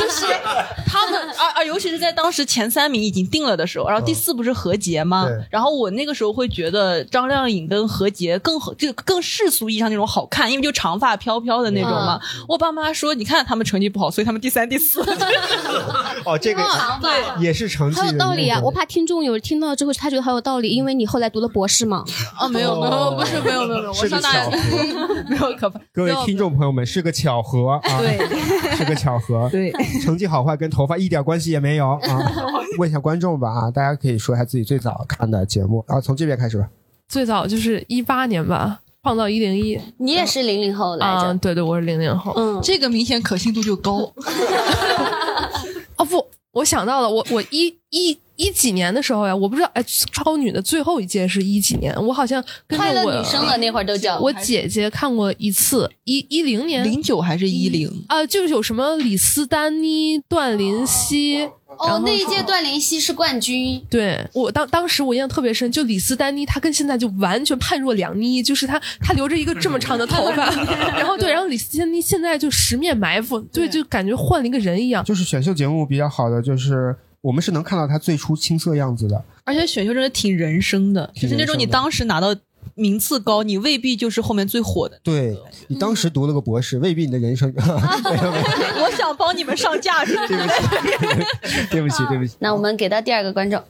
S3: 就是他们而而尤其是在当时前三名已经定了的时候，然后第四不是何洁吗？
S1: 嗯对
S3: 然后我那个时候会觉得张靓颖跟何洁更合就更世俗意义上那种好看，因为就长发飘飘的那
S1: 嗯
S3: 种嘛。我爸妈说，你看他们成绩不好，所以他们第三第四。
S1: <laughs> 哦，这个
S2: 对
S1: 也是成绩
S4: 很有道理啊！我
S1: 怕
S4: 怕听众有听到之后，他觉得很有道理，因为你后来读了博士嘛。哦
S3: 啊，没有没有，不是没有没有没有，我
S1: 是个
S3: 上大
S1: 巧
S5: <laughs>
S3: 学没有可怕。
S1: <laughs> 各位听众朋友们是个巧合
S3: <laughs>
S1: 啊，对， <laughs> 是个巧合，
S3: 对，
S1: 成绩好坏跟头发一点关系也没有啊。问一下观众吧啊，大家可以说一下自己最早看的节目啊，从这边开始吧。
S8: 最早就是一八年吧，创造一零一
S2: 你也是零零后来
S8: 啊，
S2: 着，
S8: 对对，我是零零后。
S4: 嗯，
S3: 这个明显可信度就高。
S8: <laughs> 哦不，我想到了，我我一一一几年的时候呀，我不知道，哎，超女的最后一届是一几年？我好像跟
S2: 快
S8: 着
S2: 乐
S8: 我
S2: 女生了那会儿都叫
S8: 我姐姐看过一次，一一零年
S3: 零九还是一零？
S8: 啊、就是有什么李斯丹妮、段林希，然
S2: 哦
S8: 后，
S2: 那一届段林希是冠军，
S8: 对我当当时我印象特别深，就李斯丹妮，她跟现在就完全判若两妮，就是她她留着一个这么长的头发， <laughs> 然后对，然后李斯丹妮现在就十面埋伏，对，就感觉换了一个人一样。
S1: 就是选秀节目比较好的，就是我们是能看到他最初青涩样子的。
S3: 而且选秀真的挺人生的，
S1: 挺
S3: 就是那
S1: 人
S3: 种
S1: 生
S3: 你
S1: 的。
S3: 当时拿到名次高，你未必就是后面最火的
S1: 对你当时读了个博士，未必你的人
S8: <laughs>
S1: 生。 <laughs> 没有没有，
S3: <laughs> 我想帮你们上架，是不
S1: <laughs> 对不起，对不起，对不起。
S2: 那我们给到第二个观众，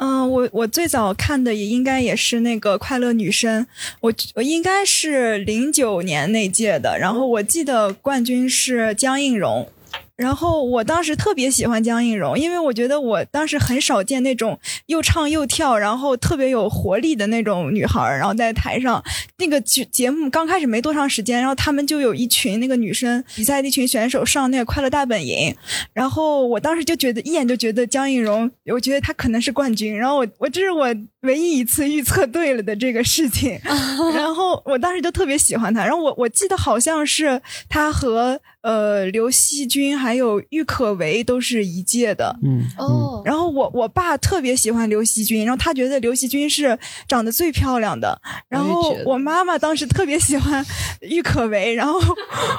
S10: 嗯，我我最早看的也应该也是那个《快乐女生》，我我应该是零九年那届的，然后我记得冠军是江映蓉，然后我当时特别喜欢江映蓉，因为我觉得我当时很少见那种又唱又跳，然后特别有活力的那种女孩儿，然后在台上那个节节目刚开始没多长时间，然后他们就有一群那个女生比赛的一群选手上那个《快乐大本营》，然后我当时就觉得一眼就觉得江映蓉，我觉得她可能是冠军。然后我我这是我唯一一次预测对了的这个事情。然后我当时就特别喜欢她。然后我我记得好像是她和呃刘惜君还有郁可唯都是一届的。
S1: 嗯，
S2: 哦，
S10: 然后我我爸特别喜欢刘惜君，然后他觉得刘惜君是长得最漂亮的。然
S3: 我
S10: 后
S3: 也觉得
S10: 我妈妈当时特别喜欢郁可唯，然后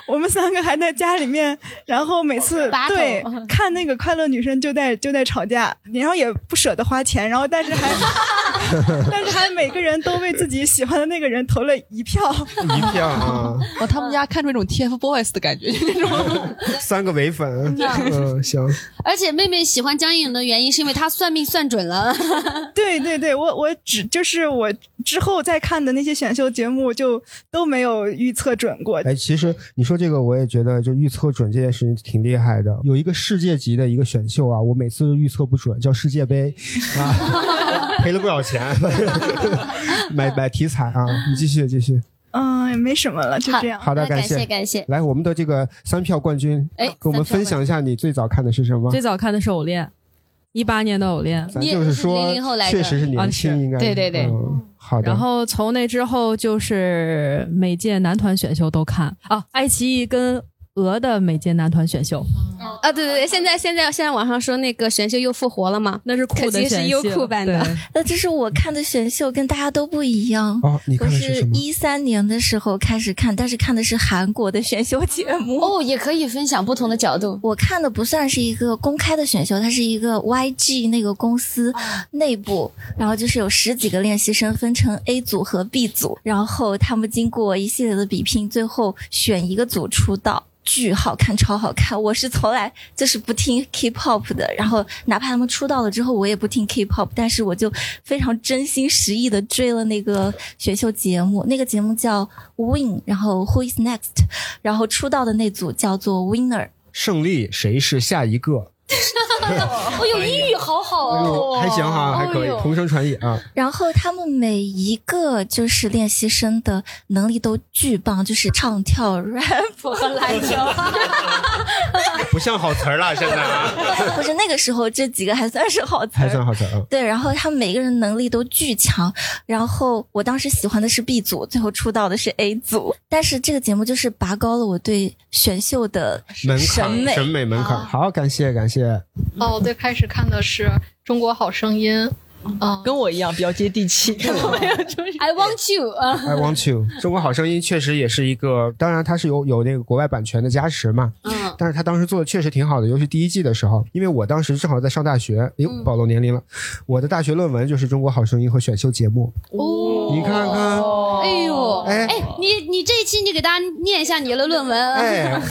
S10: 我们三个还在家里面，然后每次
S2: 拔头
S10: 对看那个快乐女生就在就在吵架，然后也不舍得花钱，然后但是
S3: <laughs>
S10: 还但是还每个人都为自己喜欢的那个人投了一票。
S1: 一票
S10: <laughs>
S1: 啊，
S3: 哦，他们家看出一种 TFBOYS 的感觉，就那种
S1: 三个唯粉。嗯，行。
S2: 而且妹妹喜欢江映蓉的原因是因为她算命算
S3: <laughs>
S2: 准了，
S10: 对对对，我我只就是我之后再看的那些选秀节目就都没有预测准过。
S1: 哎，其实你说这个，我也觉得就预测准这件事情挺厉害的。有一个世界级的一个选秀啊，我每次预测不准，叫世界杯啊，赔了不少钱， <laughs> 买买题材啊。你继续继续，
S10: 嗯，也没什么了，就这样。
S1: 好的，
S2: 感
S1: 谢。
S2: 感谢，
S1: 来，我们的这个三票冠军，
S2: 哎
S1: 跟我们
S2: 三票
S1: 分享一下你最早看的是什么？
S8: 最早看的是《偶恋》，一八年的《偶恋》，
S1: 咱
S2: 你也
S1: 就是
S2: 是
S1: 说
S2: 00后，来
S1: 确
S2: 的
S1: 实是年轻，
S8: 啊是
S1: 应该
S8: 对对对
S1: 嗯好的。<laughs>
S8: 然后从那之后就是每届男团选秀都看啊，爱奇艺跟俄的每届男团选秀，
S4: 啊，对对对，现在现在现在网上说那个选秀又复活了嘛？
S8: 那是酷
S4: 可
S8: 的
S4: 惜
S8: 选
S4: 是
S8: 秀，
S4: 优酷版的
S8: 对
S11: 那这是我看的选秀，跟大家都不一样。
S1: 哦，你
S11: 我
S1: 看的是
S11: 是
S1: 什么？
S11: 一三年的时候开始看，但是看的是韩国的选秀节目。
S2: 哦，也可以分享不同的角度，
S11: 我看的不算是一个公开的选秀，它是一个 YG 那个公司
S2: 啊
S11: 内部，然后就是有十几个练习生分成 A 组和 B 组，然后他们经过一系列的比拼，最后选一个组出道。巨好看，超好看！我是从来就是不听 K-pop 的，然后哪怕他们出道了之后，我也不听 K-pop，但是我就非常真心实意的追了那个选秀节目，那个节目叫 Win，然后 Who is Next，然后出道的那组叫做 Winner，
S1: 胜利谁是下一个？哎
S2: 我有哎英语好好哦，
S1: 还行哈，还
S11: 哎
S1: 可以，同声传译啊。
S11: 然后他们每一个就是练习生的能力都巨棒，就是唱跳、
S1: <laughs>
S11: rap
S2: 和篮球。
S1: 不像好词儿了，现在啊，
S11: 不是那个时候这几个还算是好词儿，
S1: <laughs> 还算好词儿
S11: <laughs>
S1: 啊。
S11: 对，然后他们每个人能力都巨强。然后我当时喜欢的是 B 组，最后出道的是 A 组。但是这个节目就是拔高了我对选秀的
S1: 门
S11: 审
S1: 槛
S11: 美。
S1: 审美门槛，好，感谢感谢。
S12: 哦，
S3: 嗯
S12: 我最开始看的是《中国好声音》，嗯，
S3: 跟我一样比较接
S12: <laughs>
S3: 地气。
S2: I want you
S3: 嗯
S2: 啊
S1: I want you。中国好声音确实也是一个，当然它是有有那个国外版权的加持嘛。
S2: 嗯。
S1: 但是他当时做的确实挺好的，尤其第一季的时候，因为我当时正好在上大学，哎呦，暴露年龄了。我的大学论文就是中国好声音和选秀节目。
S2: 哦，
S1: 你看看，
S2: 哎呦，
S1: 哎
S2: 你你这一期你给大家念一下你的论文，
S1: <laughs>
S2: <laughs>
S1: 哎，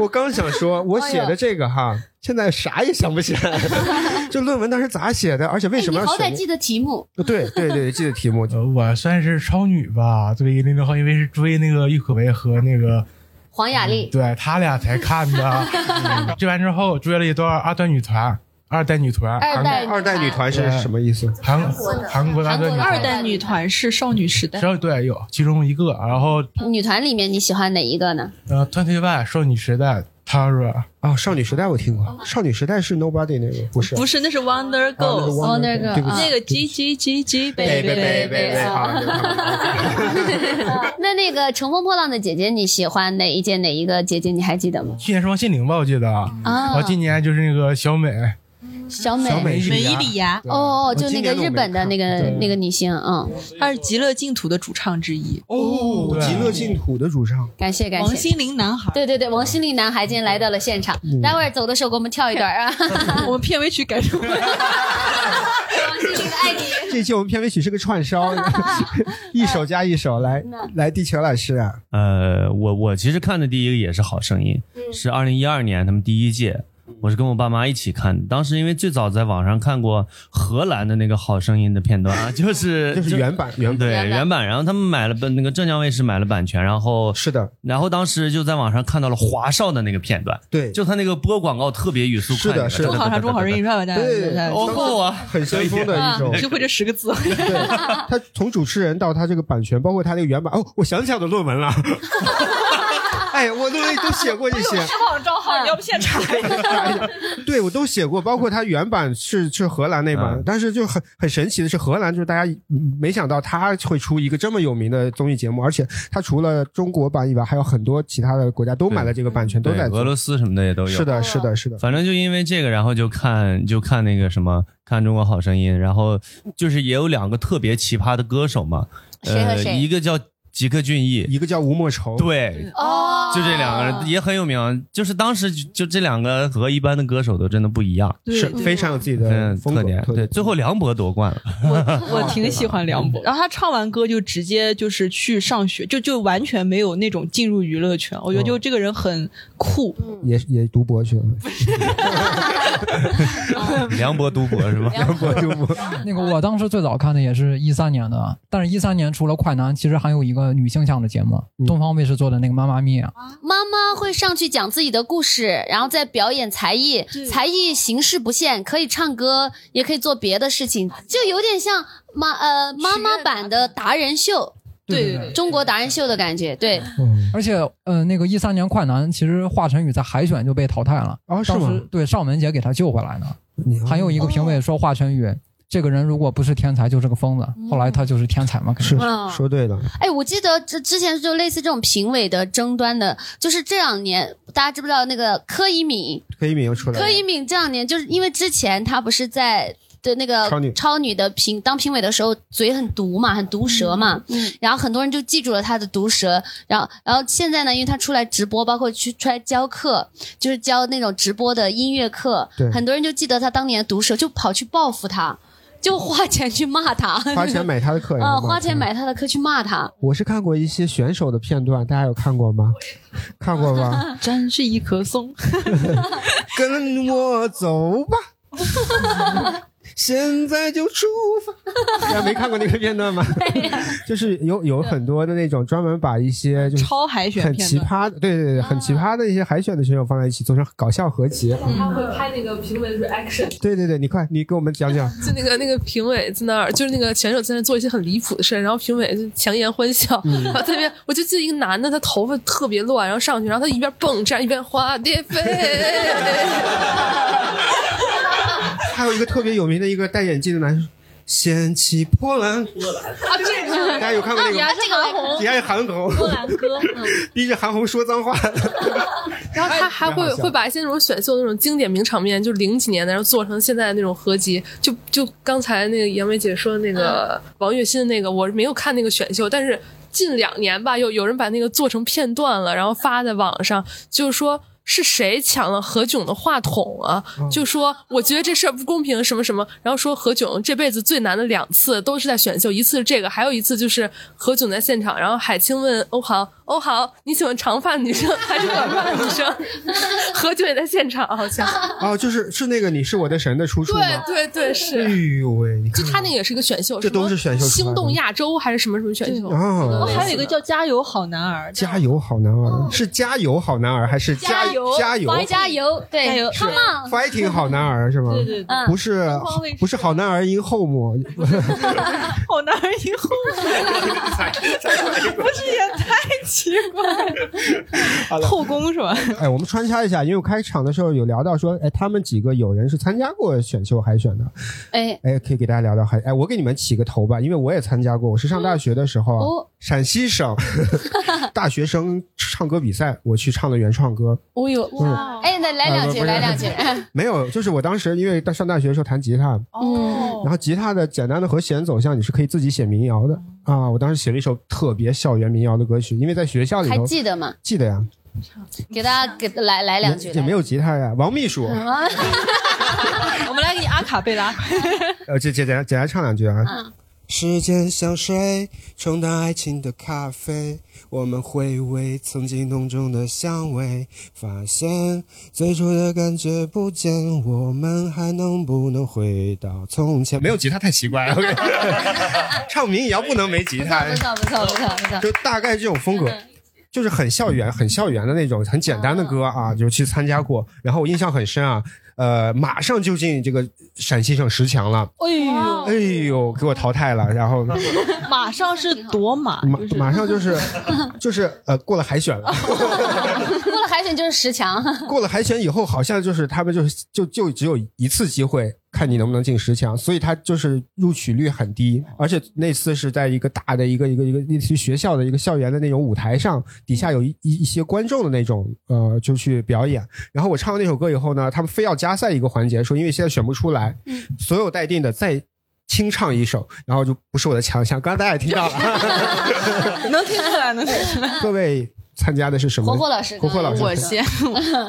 S1: 我刚想说，我写
S2: 哎呦
S1: 的这个
S2: <laughs>
S1: 哈，现在啥也想不起来，就论文当时咋写的，而且为什
S2: 哎你
S1: 么要
S2: 好
S1: 选
S2: 歹？记得题目，
S1: 哦对对对，记得题
S13: <laughs>
S1: 目。
S13: 呃我算是超女吧，对那个话，因为是追那个郁可唯和那个，
S2: 黄雅莉，
S13: 对他俩才看的。嗯追完之后追了一段二代女团，二代女团，
S2: 二代
S13: 韩
S2: 女二代女团
S1: 是什么意思？
S13: 韩
S2: 国的
S13: 韩国的二代女团，
S3: 二代女团是少女时代
S13: 只，要对有其中一个，然后
S2: 女团里面你喜欢哪一个呢？
S13: 呃，团体外少女时代 Tara
S1: 啊，少女时代我听过，
S2: 哦
S1: 少女时代是 Nobody 那个，
S2: <laughs>
S1: 不是
S3: 不是，那是 Wonder
S1: 啊那是 Wonder
S3: Girls，Wonder
S1: Girls，Girls，对不起
S3: 那个 G G G G
S1: Baby
S3: baby
S1: Baby，啊
S2: <laughs> 那那个乘风破浪的姐姐，你喜欢哪一届哪一个姐姐？你还记得吗？
S13: 去年是王心凌吧，我记得。啊然后今年就是那个小美，
S2: 小美，
S13: 小美伊里芽美伊里
S2: 芽，哦哦，就那个日本的那个那个女星，嗯，
S3: 她是极乐净土的主唱之一。
S1: 哦极乐净土的主唱。
S2: 感谢感谢。
S3: 王心凌男孩，
S2: 对对对，王心凌男孩今天来到了现场，待会儿走的时候给我们跳一段啊。
S3: 我们片尾曲改成
S1: 这期我们片尾曲是个串
S2: <laughs>
S1: 烧，一首加一首，来来，地球老师啊，
S7: 呃，我我其实看的第一个也是《好声音》，
S3: 嗯
S7: 是二零一二年他们第一届，我是跟我爸妈一起看的。当时因为最早在网上看过荷兰的那个《好声音》的片段啊，就是
S1: <laughs> 就是原版原版
S7: 对
S1: 原版
S7: 原版，然后他们买了本那个浙江卫视买了版权，然后
S1: 是的，
S7: 然后当时就在网上看到了华少的那个片段，
S1: 对，
S7: 就他那个播广告特别语速快，
S1: 是的是的
S3: 中考上中考人一帅吧，大家
S7: 哦吼啊，
S1: 很先锋的一种
S3: 啊就会这十个字。
S2: <laughs>
S1: 他从主持人到他这个版权，包括他那个原版，哦，我想起来我的论文
S2: <laughs>
S1: 了，哎，我论文都写过这些，
S3: 网账
S2: 嗯
S3: 号，你要不现查一下？
S1: 对我都写过，包括它原版是是荷兰那版，
S7: 嗯
S1: 但是就很很神奇的是，荷兰就是大家嗯没想到它会出一个这么有名的综艺节目，而且它除了中国版以外，还有很多其他的国家都买了这个版权，都
S7: 对，
S1: 在
S7: 俄
S1: 做。
S7: 罗斯什么的也都有。
S1: 是的，是的，是的。
S7: 反正就因为这个，然后就看就看那个什么，看《中国好声音》，然后就是也有两个特别奇葩的歌手嘛，
S1: 谁和
S7: 呃，
S1: 谁
S7: 一个叫吉克隽逸，
S1: 一个叫吴莫愁，
S7: 对，
S2: 哦
S7: 就这两个人也很有名。就是当时就就这两个和一般的歌手都真的不一样，嗯
S3: 对是对非
S1: 常有自己的
S7: 特点。对，最后梁博夺
S1: <laughs>
S7: 冠了。
S1: 啊
S3: 我挺喜欢梁博，然嗯后他唱完歌就直接就是去上学，就就完全没有那种进入娱乐圈。我觉得就这个人很酷，
S2: 哦
S1: 也也读博去了， <laughs>
S7: 梁博读博是吧？
S1: 梁博读博。
S14: <laughs> 那个我当时最早看的也是一三年的，但是一三年除了快男，其实还有一个女性向的节目，
S1: 嗯
S14: 东方卫视做的那个《妈妈咪啊呀》。
S8: 啊
S2: 妈妈会上去讲自己的故事，然后再表演才艺，才艺形式不限，可以唱歌，也可以做别的事情，就有点像妈呃妈妈版的达人秀，
S14: 对对对
S2: 中国达人秀的感觉，对，
S1: 嗯
S14: 而且，呃，那个一三年快男，其实华晨宇在海选就被淘汰了。
S1: 啊，
S14: 当
S1: 是吗
S14: 时对邵文杰给他救回来的。还有一个评
S8: 哦
S14: 委说华晨宇这个人如果不是天才就是个疯子，后来他就是天才嘛，肯定
S2: 嗯说
S1: 对了。
S2: 哎，我记得之之前就类似这种评委的争端的，就是这两年大家知不知道那个柯以敏，
S1: 柯以敏又出来了，
S2: 柯以敏这两年就是因为之前她不是在。对那个
S1: 超女
S2: 的评当评委的时候，嘴很毒嘛，很毒舌嘛，然后很多人就记住了她的毒舌，然后然后现在呢，因为她出来直播，包括去出来教课，就是教那种直播的音乐课
S1: 对，
S2: 很多人就记得她当年的毒舌，就跑去报复她，就花钱去骂她，
S1: 花钱买她的课，然嗯
S2: 啊、
S1: 后骂
S2: 花钱买她的课去骂她，
S1: 我是看过一些选手的片段，大家有看过吗？看过吗？
S3: 真是一棵松。 <laughs>
S1: 跟我走吧，现在就出发。大家没看过那个片段吗？就是有有很多的那种专门把一些就是
S3: 嗯超海选
S1: 很
S3: 片啊
S1: 奇葩，对对对，很奇葩的一些海选的选手放在一起做成搞笑合集。
S8: 他
S3: 嗯
S8: 会拍那个评委 reaction，
S1: 对对对，你快你给我们讲讲。
S8: 就那个那个评委在那儿，就是那个选手在那儿做一些很离谱的事儿，然后评委就强颜欢笑，
S1: 嗯
S8: 然后在那边，我就记得一个男的，他头发特别乱，然后上去，然后他一边蹦这样一边花蝶飞，
S1: <laughs> 还有一个特别有名的一个戴眼镜的男生，掀起波澜，
S8: 啊，这
S1: 大家有看
S2: 啊
S1: 过那个吗？
S8: 这个红
S3: 哦
S1: 底下是韩红，
S8: 波兰
S1: 哥，
S3: 嗯
S1: <laughs> 逼着韩红说脏话。
S8: 然后他还会
S1: 哎
S8: 会把一些那种选秀的那种经典名场面，就零几年的，然后做成现在的那种合集。就就刚才那个杨梅姐说的那个王栎鑫的那个，我没有看那个选秀，但是近两年吧，有有人把那个做成片段了，然后发在网上，就是说。是谁抢了何炅的话筒啊？就说我觉得这事儿不公平，什么什么，然后说何炅这辈子最难的两次都是在选秀，一次是这个，还有一次就是何炅在现场，然后海清问欧豪，欧豪你喜欢长发女生还是短发女生？ <laughs> 何炅也在现场，好像。
S1: 哦，就是是那个你是我的神的出处吗？
S8: 对对对是
S1: 哎呦喂，你
S8: <laughs> 就他那个也是一个选秀，
S1: 这都是
S8: 什么
S1: 选秀出来的
S8: 星动亚洲还是什么什么选秀？
S1: 哦
S3: 还有一个叫《加油好男儿》，
S1: 加油好男儿，是加油好男儿还是油加
S2: 哦加油，
S3: 加
S2: 对
S3: 油
S2: ，Come on， <laughs>
S1: fighting
S3: <laughs>
S1: 好男儿是吗？
S2: 对对对嗯
S1: 不是
S2: 疯狂卫士
S1: 不是好男儿 in home，
S3: 好男儿以后，不是也太奇怪了？ <laughs> 后宫是吧？
S1: <laughs> 哎，我们穿插一下，因为我开场的时候有聊到说，哎，他们几个有人是参加过选秀海选的，
S2: 哎，
S1: 哎，可以给大家聊聊海，哎，我给你们起个头吧，因为我也参加过，我是上大学的时候啊，
S2: 哦
S1: 陕西
S2: <laughs>
S1: 省大学生唱歌比赛，我去唱的原创歌，
S8: 哦呦，
S1: 哇
S2: 哎，那来两句，
S1: 啊不是
S2: 来两句，
S1: 没有，就是我当时因为上大学的时候弹吉他，
S2: 嗯，
S1: 然后吉他的简单的和弦走向你是可以自己写民谣的啊，我当时写了一首特别校园民谣的歌曲，因为在学校里
S2: 还
S1: 头
S2: 记得吗？
S1: 记得呀，
S2: 给大家给来来两句
S1: 也，没有吉他呀，王秘书。
S2: <laughs> 啊，
S3: 我们来给你阿卡贝拉，
S1: 呃，这简简单简单唱两句啊。
S2: 嗯
S3: 哎
S1: 时间像水，冲淡爱情的咖啡，我们回味曾经浓重的香味，发现最初的感觉不见，我们还能不能回到从
S2: <laughs>
S1: 前？没有吉他太奇怪了，唱民谣不能没吉他
S2: 不，错不错不错不错，
S1: 就大概这种风格。就是很校园、很校园的那种很简单的歌啊，就去参加过。然后我印象很深啊，呃，马上就进这个陕西省十强了。
S3: 哎呦，
S1: 哎呦，给我淘汰了，然后
S3: 马上是夺马，
S1: 马马上就是就是呃过了海选了，
S2: 过了海选就是十 <laughs> 强，
S1: 过了海选以后，好像就是他们就是就就只有一次机会，看你能不能进十强，所以他就是录取率很低，而且那次是在一个大的一个一个一个类似于学校的一个校园的那种舞台上，底下有一一一些观众的那种呃就去表演，然后我唱完那首歌以后呢，他们非要加赛一个环节，说因为现在选不出来，
S3: 嗯
S1: 所有待定的再。清唱一首，然后就不是我的强项。刚才大家也听到了，
S3: <laughs>
S1: 嗯
S3: 能听出来，能听出来。
S1: <laughs> 各位参加的是什么？活活老师，
S3: 我先，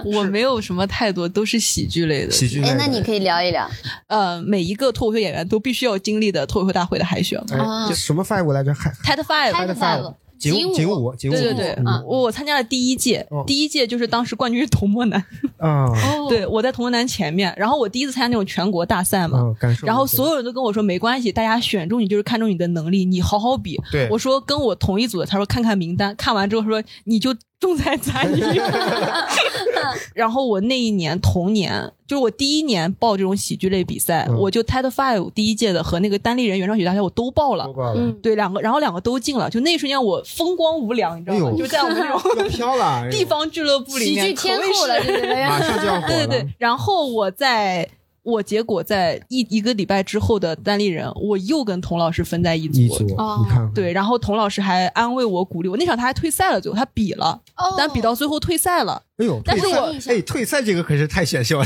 S3: 我没有什么太多，都是喜剧类的。
S1: 喜剧类的哎那你
S2: 可以聊一聊。
S3: 呃，每一个脱口秀演员都必须要经历的脱口秀大会的海选
S1: 哎
S3: 嘛，就
S1: 什么 five 来着？还
S3: Ted Five，Ted
S1: Five，
S3: 景
S1: 景武，景武，
S3: 对对对，
S1: 嗯
S3: 我我参加了第一届，第一届就是当时冠军是童漠男，
S1: 啊，
S3: <laughs> 对我在童漠男前面，然后我第一次参加那种全国大赛嘛
S1: 嗯感，受
S3: 然后所有人都跟我说没关系，大家选中你就是看中你的能力，你好好比
S1: 对。
S3: 我说跟我同一组的，他说看看名单，看完之后说你就重在杂音。
S1: <laughs>
S3: <laughs> 然后我那一年同年，就是我第一年报这种喜剧类比赛，
S1: 嗯
S3: 我就 Ted Five 第一届的和那个单立人原创喜剧大赛我都报了，
S1: 报了嗯
S3: 对两个，然后两个都进了，就那一瞬间我风光无两，你知道
S1: 哎
S3: 吗？
S1: 呦
S3: 就在我们这种
S1: <laughs> 要飘了哎呦
S3: 地方俱乐部里面，
S2: 喜剧天
S3: 可谓
S2: 后了
S3: 是
S2: 这个人马上就要火了
S3: 对对对，然后我在。我结果在一一个礼拜之后的单立人，我又跟童老师分在一组。
S1: 一组你看看
S3: 对，然后童老师还安慰我、鼓励我。那场他还退赛了，最后他比了，
S2: 哦
S3: 但比到最后退赛了。
S1: 哎呦，
S3: 但是
S1: 退赛
S3: 我
S1: 哎，退赛这个可是太选秀了，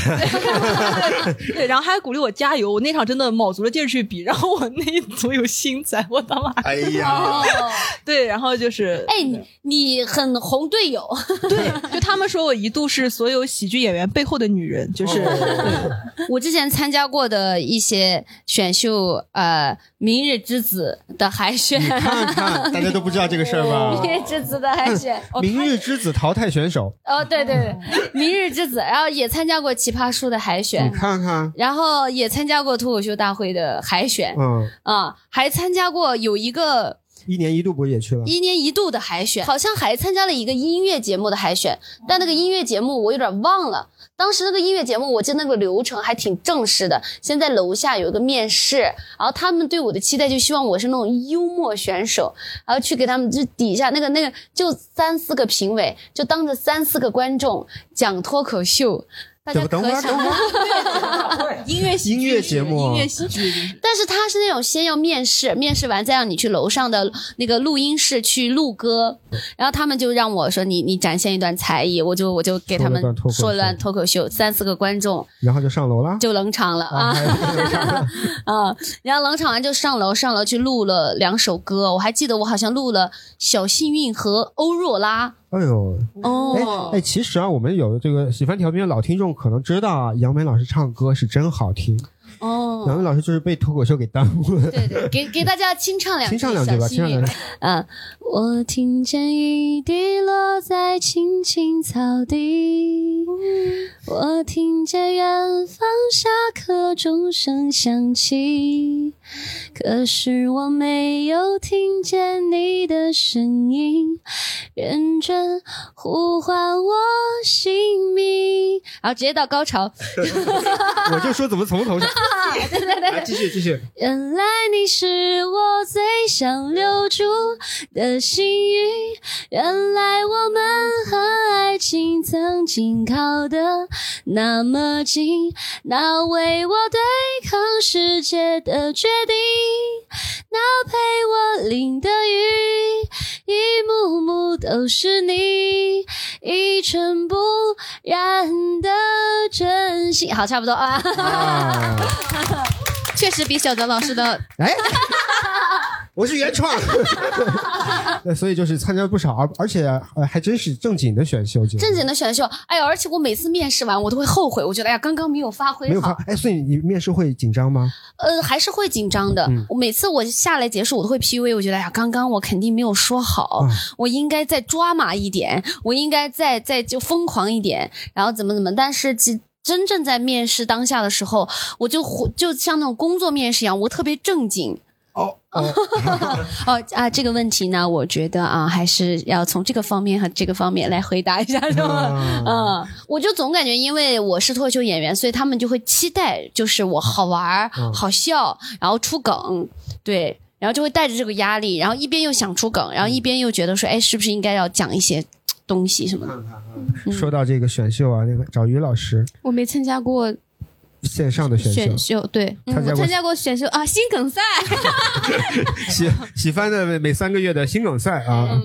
S3: 对，然后他还鼓励我加油。我那场真的卯足了劲儿去比，然后我那一组有星仔，我他妈！
S1: 哎
S2: 哦，
S3: 对，然后就是，
S2: 哎，你你很红队友，
S3: 对，就他们说我一度是所有喜剧演员背后的女人，就是、
S2: 我之前参加过的一些选秀，呃，《明日之子》的海选，
S1: 看
S2: <laughs>
S1: 看大家都不知道这个事儿吧？ <laughs>
S2: 明日之子》的海选，
S1: 明日之子淘汰选手，
S2: 哦，对对对，明日之子，然后也参加过奇葩说的海选
S1: 你，看看，
S2: 然后也参加过脱口秀大会的海选，
S1: 嗯，
S2: 啊，还参加过有一个
S1: 一年一度不是也去了？
S2: 一年一度的海选，好像还参加了一个音乐节目的海选，但那个音乐节目我有点忘了。当时那个音乐节目，我记得那个流程还挺正式的。先在楼下有一个面试，然后他们对我的期待就希望我是那种幽默选手，然后去给他们就底下那个那个就三四个评委，就当着三四个观众讲脱口秀。大家
S1: 等
S2: 可
S1: 会儿
S2: 想
S1: 等会 <laughs>
S2: 音乐
S1: 音乐节目，
S2: 剧。但是他是那种先要面试，面试完再让你去楼上的那个录音室去录歌，然后他们就让我说你你展现一段才艺，我就我就给他们
S1: 说了段脱口秀
S2: 说了段脱口秀，三四个观众
S1: 然后就上楼了。
S2: 就冷场了啊 <laughs> 啊！然后冷场完就上楼，上楼去录了两首歌，我还记得我好像录了《小幸运》和《欧若拉》。
S1: 哎呦，
S2: 哦
S1: 哎，其实啊，我们有这个喜欢调频的老听众可能知道啊，杨梅老师唱歌是真好听。
S2: 哦，
S1: 杨梅老师就是被脱口秀给耽误了。
S2: 对对，给给大家清唱两句，
S1: 清唱两句吧，
S2: 小
S1: 清
S2: 幸
S1: 唱
S2: 运
S1: 两句。
S2: 啊，我听见雨滴落在青青草地，我听见远方下课钟声响起，可是我没有听见你的声音，认真呼唤我姓名。然后直接到
S1: <laughs>
S2: 高潮，
S1: <laughs> 我就说怎么从头上，
S2: 啊对对对，
S1: 啊继续继续。
S2: 原来你是我最想留住的幸运，原来我们和爱情曾经靠得那么近，那为我对抗世界的决定，那陪我淋的雨，一幕幕都是你，一尘不染的真心。好，差不多啊。 <laughs> 确实比小泽老师的
S1: 哎， <laughs> 我是原创。 <laughs> 那所以就是参加了不少，而而且呃还真是正经的选秀节目，
S2: 正经的选秀，哎呦，而且我每次面试完，我都会后悔，我觉得哎呀，刚刚没有发挥
S1: 没有发
S2: 好，。
S1: 哎，所以你面试会紧张吗？
S2: 呃，还是会紧张的。
S1: 嗯
S2: 我每次我下来结束，我都会 PUA，我觉得哎呀，刚刚我肯定没有说好，
S1: 嗯
S2: 我应该再抓马一点，我应该再再就疯狂一点，然后怎么怎么。但是其真正在面试当下的时候，我就活就像那种工作面试一样，我特别正经。
S1: 哦
S2: 哦啊！这个问题呢，我觉得啊，还是要从这个方面和这个方面来回答一下，是吗？嗯，我就总感觉，因为我是脱口秀演员，所以他们就会期待，就是我好玩儿、
S5: 嗯
S2: 好笑，然后出梗，对，然后就会带着这个压力，然后一边又想出梗，然后一边又觉得说，哎，是不是应该要讲一些东西什么的？
S1: 说到这个选秀啊，那个找于老师
S4: <laughs> 我没参加过
S1: 线上的选秀，
S4: 选秀，对，嗯
S1: 参加
S4: 我
S1: 过
S4: 参加过选秀啊，新梗赛。
S1: 喜喜番的每每三个月的新梗赛
S2: 嗯
S1: 啊，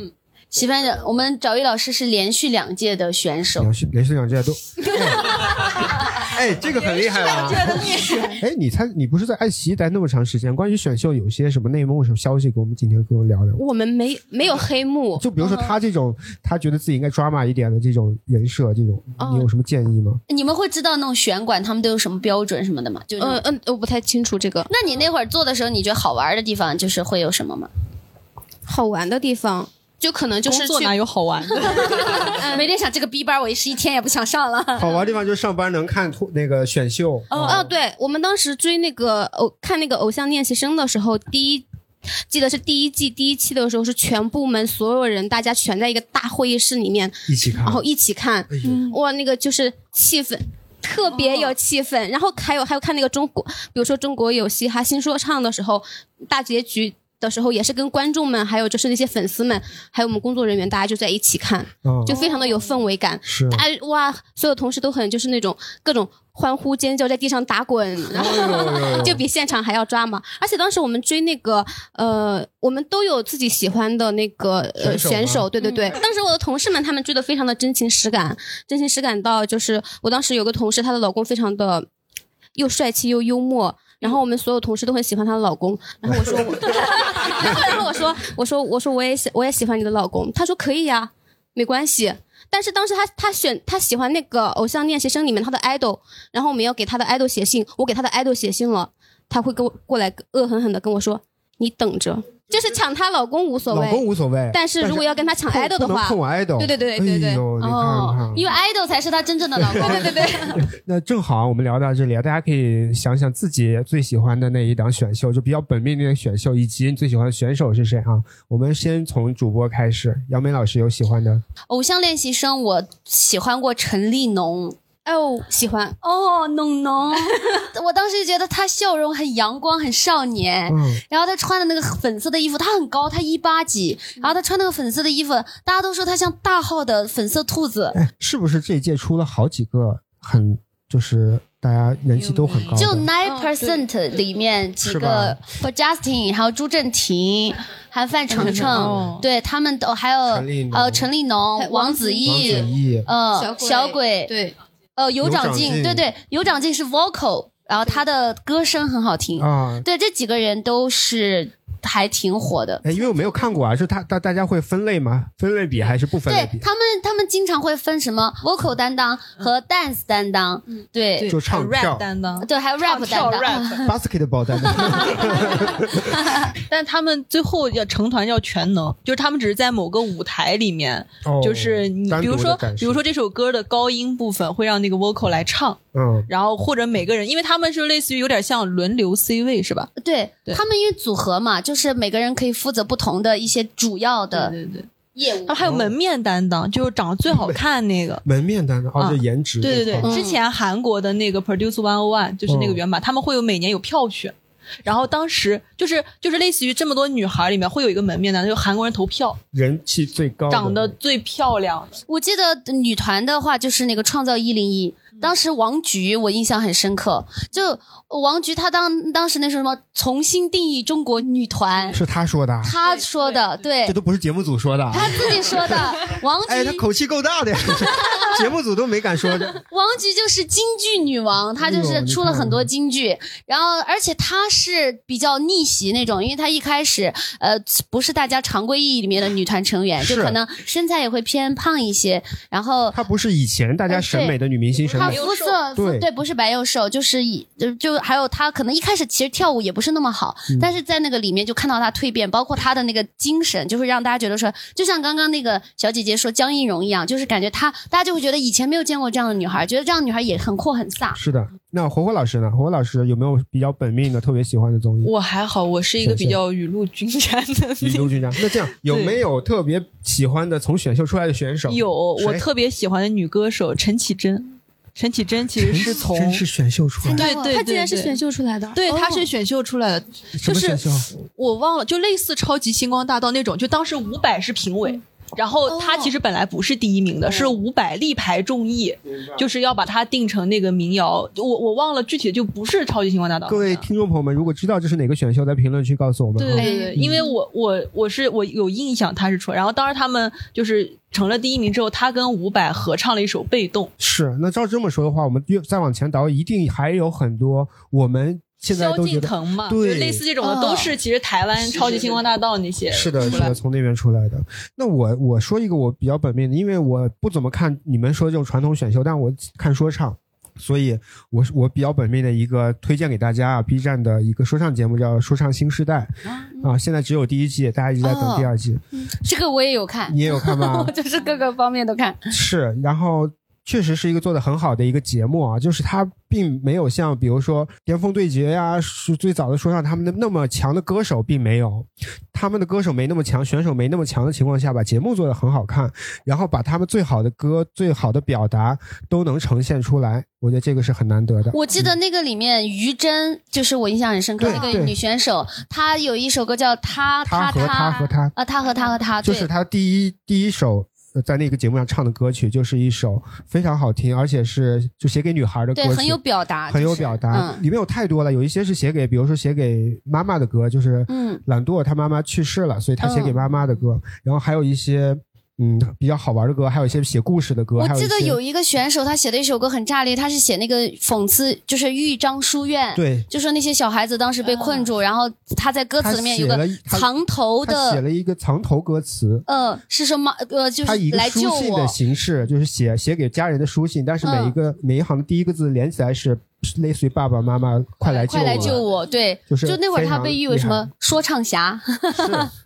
S2: 喜欢的，我们找一老师是连续两届的
S1: <laughs>
S2: 选手，
S1: 连续连续两届都，哎，这个很厉害啊！哎，你参你不是在爱奇艺待那么长时间？关于选秀有些什么内幕、什么消息，给我们今天跟我聊聊。
S4: 我们没没有黑幕，嗯
S1: 就比
S2: 嗯
S1: 如说他这种，他觉得自己应该抓马一点的这种人设，这种
S2: 嗯
S1: 你有什么建议吗？
S2: 你们会知道那种选管他们都有什么标准什么的吗？就
S4: 嗯嗯，我不太清楚这个。
S2: 那你那会儿做的时候，你觉得好玩的地方就是会有
S1: <laughs>
S2: 什么吗？
S4: 好玩的地方，就可能就是
S2: 工作
S4: 去嗯
S2: 哪有
S3: 好
S4: <laughs>
S3: 玩
S4: 的？
S2: 每天想这个逼班，我也是一天也不想上
S1: <laughs>
S2: 了。
S1: 好玩的地方就是上班能看脱那个选秀，
S4: 哦哦，对，我们当时追那个偶看那个《偶像练习生》的时候，第一记得是第一季第一期的时候，是全部门所有人大家全在一个大会议室里面，
S1: 一起看哎
S4: 然后一起看，哇，那个就是气氛。特别有气氛，然后还有还有看那个中国，比如说中国有嘻哈新说唱的时候，大结局的时候也是跟观众们，还有就是那些粉丝们，还有我们工作人员，大家就在一起看，
S1: 哦
S4: 就非常的有氛围
S5: 哦
S4: 感。
S1: 是
S4: 大家哇，所有同事都很就是那种各种欢呼尖叫，在地上打滚，然
S1: 哎呦
S4: <laughs> 后就比现场还要抓嘛。而且当时我们追那个呃，我们都有自己喜欢的那个呃
S5: 选手吗
S4: 选手，对对对。当时我的同事们他们追的非常的真情实感，真情实感到就是我当时有个同事，她的老公非常的又帅气又幽默。然后我们所有同事都很喜欢她的老公，然后我说我，然后然后我说我说我说我也喜我也喜欢你的老公，她说可以呀、没关系。但是当时她她选她喜欢那个《偶像练习生》里面她的 idol，然后我们要给她的 idol 写信，我给她的 idol 写信了，她会跟我过来恶狠狠的跟我说：“你等着，就是抢她老公无所谓，
S1: 老公无所谓
S4: 但是如果要跟她抢
S1: 但是
S4: idol 的话，
S1: 不能碰我 idol
S4: 对对对对对
S1: 哎
S4: 对，
S1: 呦你看
S4: 哦
S1: 看，
S4: 因为 idol 才是她真正的老公， <laughs> 对对对对。
S1: 那正好我们聊到这里啊，大家可以想想自己最喜欢的那一档选秀，就比较本命的选秀，以及你最喜欢的选手是谁啊？我们先从主播开始，杨梅老师有喜欢的？
S2: 偶像练习生，我喜欢过陈立农。
S4: 哎呦，喜欢
S2: 哦，农农， <laughs> 我当时就觉得她笑容很阳光，很少年。
S1: 嗯
S2: 然后她穿的那个粉色的衣服，她很高，她一八几。然后她穿那个粉色的衣服，大家都说她像大号的粉色兔子。
S1: 哎，是不是这一届出了好几个很就是大家人气都很高的？
S2: 就 Nine Percent 里面几
S1: 哦是
S2: 个
S1: 吧
S2: For Justin，还有朱正廷，还有范
S1: <laughs>
S2: 丞
S1: 哦
S2: 丞，对他们都还有
S1: 陈立农
S2: 呃陈立农
S1: 还、有
S2: 王
S1: 王
S2: 子
S1: 子
S2: 异
S1: 王子异、
S2: 呃
S1: 小
S4: 鬼
S2: 小鬼，对，呃有
S1: 有
S2: 长
S1: 长
S2: 进，
S1: 进
S2: 对对，有长进是 vocal，然后他的歌声很好听
S1: 啊
S2: 对，这几个人都是还挺火的。
S1: 哎，因为我没有看过啊，是他大大家会分类吗？分类比还是不分类
S2: 对
S1: 比？
S2: 他们，他们经常会分什么 vocal 担当和 dance 担当，对，
S1: 就唱还有 rap 跳担
S2: 当，对，还有 rap 担
S3: 跳
S2: 当，
S1: <laughs> basketball 在那里
S3: 但他们最后要成团要全能，就是他们只是在某个舞台里面，
S1: 哦
S3: 就是你
S1: 单
S3: 比
S1: 独
S3: 如
S1: 地
S3: 说
S1: 展，示
S3: 比如说这首歌的高音部分会让那个 vocal 来唱，
S1: 嗯，
S3: 然后或者每个人，因为他们是类似于有点像轮流 C 位是吧？
S2: 呃对
S3: 对
S2: 他们因为组合嘛，就是每个人可以负责不同的一些主要的
S3: 对对
S2: 业务。
S3: 然后还有门面担当，就是长得最好看那个。
S1: 哦
S3: 啊
S1: 门面单的哦，就颜值
S3: 嗯对对
S1: 这块
S2: 嗯
S1: 嗯
S3: 对，之前韩国的那个 Produce One O One 就是那个原版，他们会有每年有票选，然后当时就是就是类似于这么多女孩里面会有一个门面担当，就韩国人投票，
S1: 人气最高的，
S3: 长得最漂亮，
S2: 我记得女团的话，就是那个创造一零一，当时王菊我印象很深刻，就王菊她当当时那时候什么重新定义中国女团，
S1: 是他说的啊，
S2: 她说的，对
S1: 这都不是节目组说的啊，
S2: 她自己说的，王
S1: 哎，
S2: 菊
S1: 他。口气够大
S3: <laughs>
S1: 的呀，节目组都没敢说的。
S2: <laughs> 王菊就是京剧女王，她就
S1: 哎
S2: 是
S1: 呦
S2: 出了很多京剧，然后而且她是比较逆袭那种，因为她一开始呃不是大家常规意义里面的女团成员，就是可能身材也会偏胖一些，然后
S1: 她不是以前
S3: 哎
S1: 大家审美的女明星审
S2: 哎她
S1: 美，
S2: 肤色肤
S1: 对
S2: 对不是白又瘦，就是以就就还有她可能一开始其实跳舞也不是那么好，
S1: 嗯
S2: 但是在那个里面就看到她蜕变，包括她的那个精神，就是让大家觉得说，就像刚刚那个小姐姐说江映蓉一样，就是感觉她大家就会觉得以前没有见过这样的女孩，觉得这样的女孩也很阔很飒。
S1: 是的。那火火老师呢？火火老师有没有比较本命的特别喜欢的综艺？
S3: 我还好，我是一个比较雨露均沾的
S1: 雨露 <laughs> 均沾。那这样有没有特别喜欢的从选秀出来的选手？
S3: 有我
S1: 谁
S3: 特别喜欢的女歌手陈绮贞，陈绮贞其实是从
S1: 真是选秀出来的，
S3: 对对对，
S4: 她竟然是选秀出来的
S3: 对，
S4: 哦
S3: 她是选秀出来的，
S1: 什
S3: 就
S1: 么
S3: 是
S1: 选秀？啊
S3: 我忘了，就类似超级星光大道那种，就当时伍佰是评委。然后她
S4: 哦
S3: 其实本来不是第一名的，是伍佰力排众议，就是要把她定成那个民谣。我我忘了具体，就不是超级星光大道。
S1: 各位听众朋友们，如果知道这是哪个选秀，在评论区告诉我们
S3: 对
S1: 啊。
S3: 对
S15: 嗯
S3: 对，因为我我我是我有印象他是出来，然后当时他们就是成了第一名之后，他跟伍佰合唱了一首《被动》，
S1: 是，那照这么说的话，我们越再往前倒，一定还有很多我们现在
S3: 萧
S1: 都觉
S3: 敬
S1: 得
S3: 腾嘛，就
S1: 对，
S3: 是类似这种的，都是其实台湾超级星光大道那些
S1: 是的，
S3: 出
S1: 是
S3: 来
S1: 的，从那边出来的。那我我说一个我比较本命的，因为我不怎么看你们说这种传统选秀，但我看说唱，所以我是我比较本命的一个推荐给大家啊，B 站的一个说唱节目叫《说唱新时代》啊，现在只有第一季，大家一直在
S3: 哦
S1: 等第二季。
S2: <laughs>
S4: 这个我也有看，
S1: 你也有看吗
S4: 我就是各个方面都看。
S1: 是，然后确实是一个做的很好的一个节目啊，就是它并没有像比如说《巅峰对决》呀，是最早的说唱他们的那么强的歌手并没有，他们的歌手没那么强，选手没那么强的情况下，把节目做的很好看，然后把他们最好的歌、最好的表达都能呈现出来，我觉得这个是很难得的。
S2: 我记得那个里面于真，就是我印象很深刻
S1: 对
S2: 那个
S1: 对
S2: 女选手，她有一首歌叫《她
S1: 她和
S2: 她
S1: 她和她
S2: 啊，她和她和她，
S1: 就
S2: 对
S1: 是他第一第一首。呃在那个节目上唱的歌曲，就是一首非常好听，而且是就写给女孩的歌
S2: 对
S1: 曲，
S2: 很有表达，
S1: 很有
S2: 就是
S1: 表达，
S2: 嗯
S1: 里面有太多了，有一些是写给，比如说写给妈妈的歌，就是
S2: 嗯
S1: 懒惰他妈妈去世了，所以他写给
S2: 嗯
S1: 妈妈的歌，然后还有一些嗯比较好玩的歌，还有一些写故事的歌，
S2: 我
S1: 还
S2: 记得
S1: 些
S2: 有一个选手，他写的一首歌很炸裂，他是写那个讽刺，就是豫章书院，
S1: 对嗯
S2: 就说那些小孩子当时被困住，然后他在歌词里面有个
S1: 他写了一他
S2: 藏头
S1: 他写
S2: 的，
S1: 了一个藏头歌词，
S2: 呃，是什么？呃，就
S1: 他
S2: 是
S1: 以一个
S2: 来
S1: 书
S2: 救
S1: 信的
S2: 我，嗯
S1: 形式，就是写写给家人的书信，但是每一个、每一行的第一个字连起来是类似于爸爸妈妈快来救
S2: 快来救
S1: 我，
S2: 我！对，
S1: 就是
S2: 就那会儿他被誉为什
S1: 非常厉
S2: 么
S1: 害
S2: 说唱侠，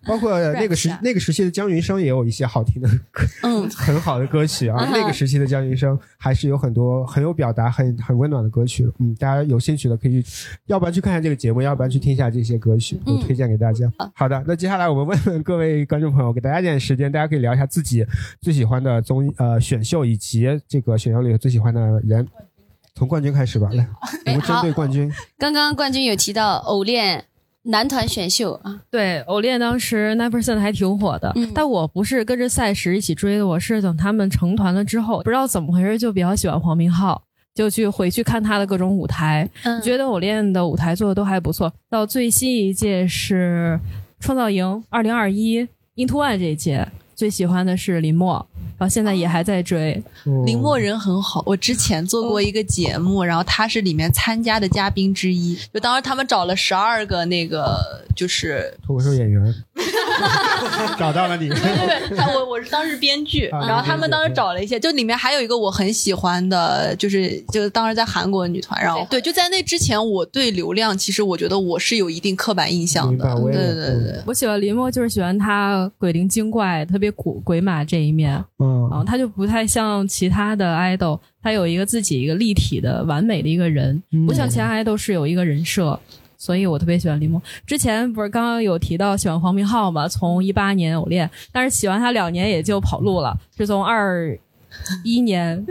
S1: 包括那个时那个时期的江云生也有一些好听的歌，
S2: 嗯，
S1: <laughs> 很好的歌曲啊
S2: 嗯。哼
S1: 那个时期的江云生还是有很多很有表达、很很温暖的歌曲。嗯，大家有兴趣的可以去，要不然去看一下这个节目，要不然去听一下这些歌曲，
S2: 嗯
S1: 我推荐给大家。好的，那接下来我们问问各位观众朋友，给大家点时间，大家可以聊一下自己最喜欢的综艺呃选秀以及这个选秀里最喜欢的人。从冠军开始吧，来，我们针对冠
S2: <laughs>
S1: 军。
S2: <laughs> 刚刚冠军有提到偶练男团选秀啊，
S15: 对，偶练当时 Nine Percent 还挺火的，
S3: 嗯
S15: 但我不是跟着赛时一起追的，我是等他们成团了之后，不知道怎么回事就比较喜欢黄明昊，就去回去看他的各种舞台，
S3: 嗯
S15: 觉得偶练的舞台做的都还不错。到最新一届是创造营二零二一 Into One 这一届，最喜欢的是林默，然后现在也还在追。
S3: 林默人很好，我之前做过一个节目，然后他是里面参加的嘉宾之一。就当时他们找了十二个那个，
S14: 啊
S3: 就是
S1: 脱口秀演员，找到啊
S8: <laughs>
S1: 了你。
S3: 对对，他我我是当时编剧，
S1: 啊
S3: 然后他们当时找了一些，就里面还有一个我很喜欢的，就是就是当时在韩国的女团，然后对，就在那之前，我对流量其实我觉得我是有一定刻板印象的，对对对对。
S15: 我喜欢林默，就是喜欢他鬼灵精怪、特别古鬼马这一面。
S1: 嗯
S15: 啊，他就不太像其他的爱豆，他有一个自己一个立体的完美的一个人，不像其他爱豆是有一个人设。所以我特别喜欢林默。之前不是刚刚有提到喜欢黄明昊嘛？从一八年偶练，但是喜欢他两年也就跑路了，是从二一年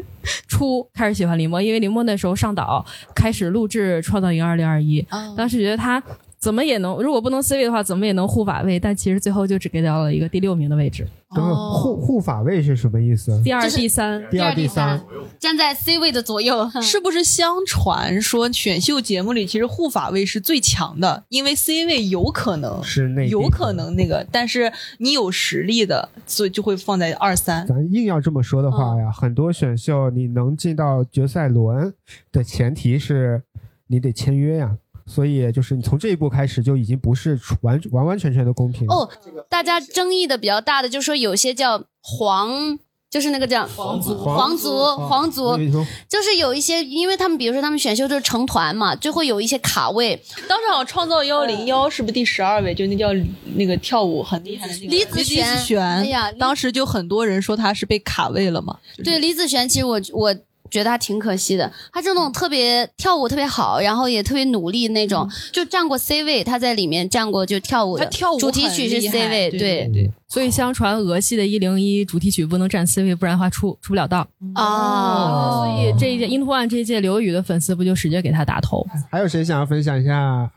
S15: 初开始喜欢林默，因为林默那时候上岛开始录制《创造营二零二一》，当时觉得他怎么也能，如果不能 C 位的话，怎么也能护法位，但其实最后就只给到了一个第六名的位置，
S1: 等等，护护法位是什么意思？
S15: 第二、
S2: 就是
S15: 第三。
S1: 第二、第三，
S2: 站在 C 位的左右，
S3: <laughs> 是不是相传说选秀节目里其实护法位是最强的？因为 C 位有可能
S1: 是内地
S3: 有可能那个，但是你有实力的，所以就会放在二三。
S1: 咱硬要这么说的话呀，很多选秀你能进到决赛轮的前提是你得签约呀，所以就是你从这一步开始就已经不是完完完全全的公平了
S2: 哦，大家争议的比较大的就是说有些叫黄，就是那个叫皇
S1: 族
S2: 皇族
S1: 皇
S2: 皇族
S1: 我以为说，
S2: 就是有一些，因为他们比如说他们选秀就是成团嘛，就会有一些卡位。
S3: 当时好像创造幺零幺是不是第十二位？就那叫那个跳舞很厉害的那个
S2: 李子璇
S3: 李璇
S2: 哎呀
S3: 当时就很多人说她是被卡位了嘛。
S2: 对李子璇，其实我我觉得她挺可惜的，她这种特别跳舞特别好，然后也特别努力那种，就站过 C 位，她在里面站过就跳舞的，
S15: 她跳舞
S2: 主题曲是
S15: 很厉害
S2: C 位，
S15: 对
S2: 对
S15: 所以相传俄系的一零一主题曲不能占 C 位，不然的话出出不了道。
S2: 哦，
S15: 所以这一届 Into One 这一届刘宇的粉丝不就直接给他打头？
S1: 还有谁想要分享一下啊？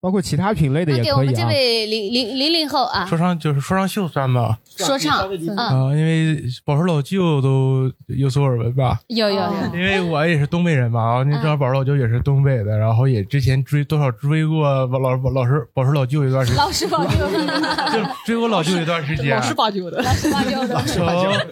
S1: 包括其他品类的也
S2: 给我
S1: 可以
S2: 们这
S1: 啊。
S2: 位零零零零后啊
S9: 说，唱就是说唱秀算吧，
S2: 说唱，嗯，
S9: 啊，因为宝叔老舅都有所耳闻吧。
S2: 有有有，
S9: 因为我也是东北人嘛，然后你知道宝叔老舅也是东北的，然后也之前追多少追过老老老师宝叔老舅一段时间，
S2: 老师 <laughs> 保佑，
S9: 追过老舅一段时间，啊
S3: 八九的，
S2: 老师保
S1: <laughs>
S2: 佑的，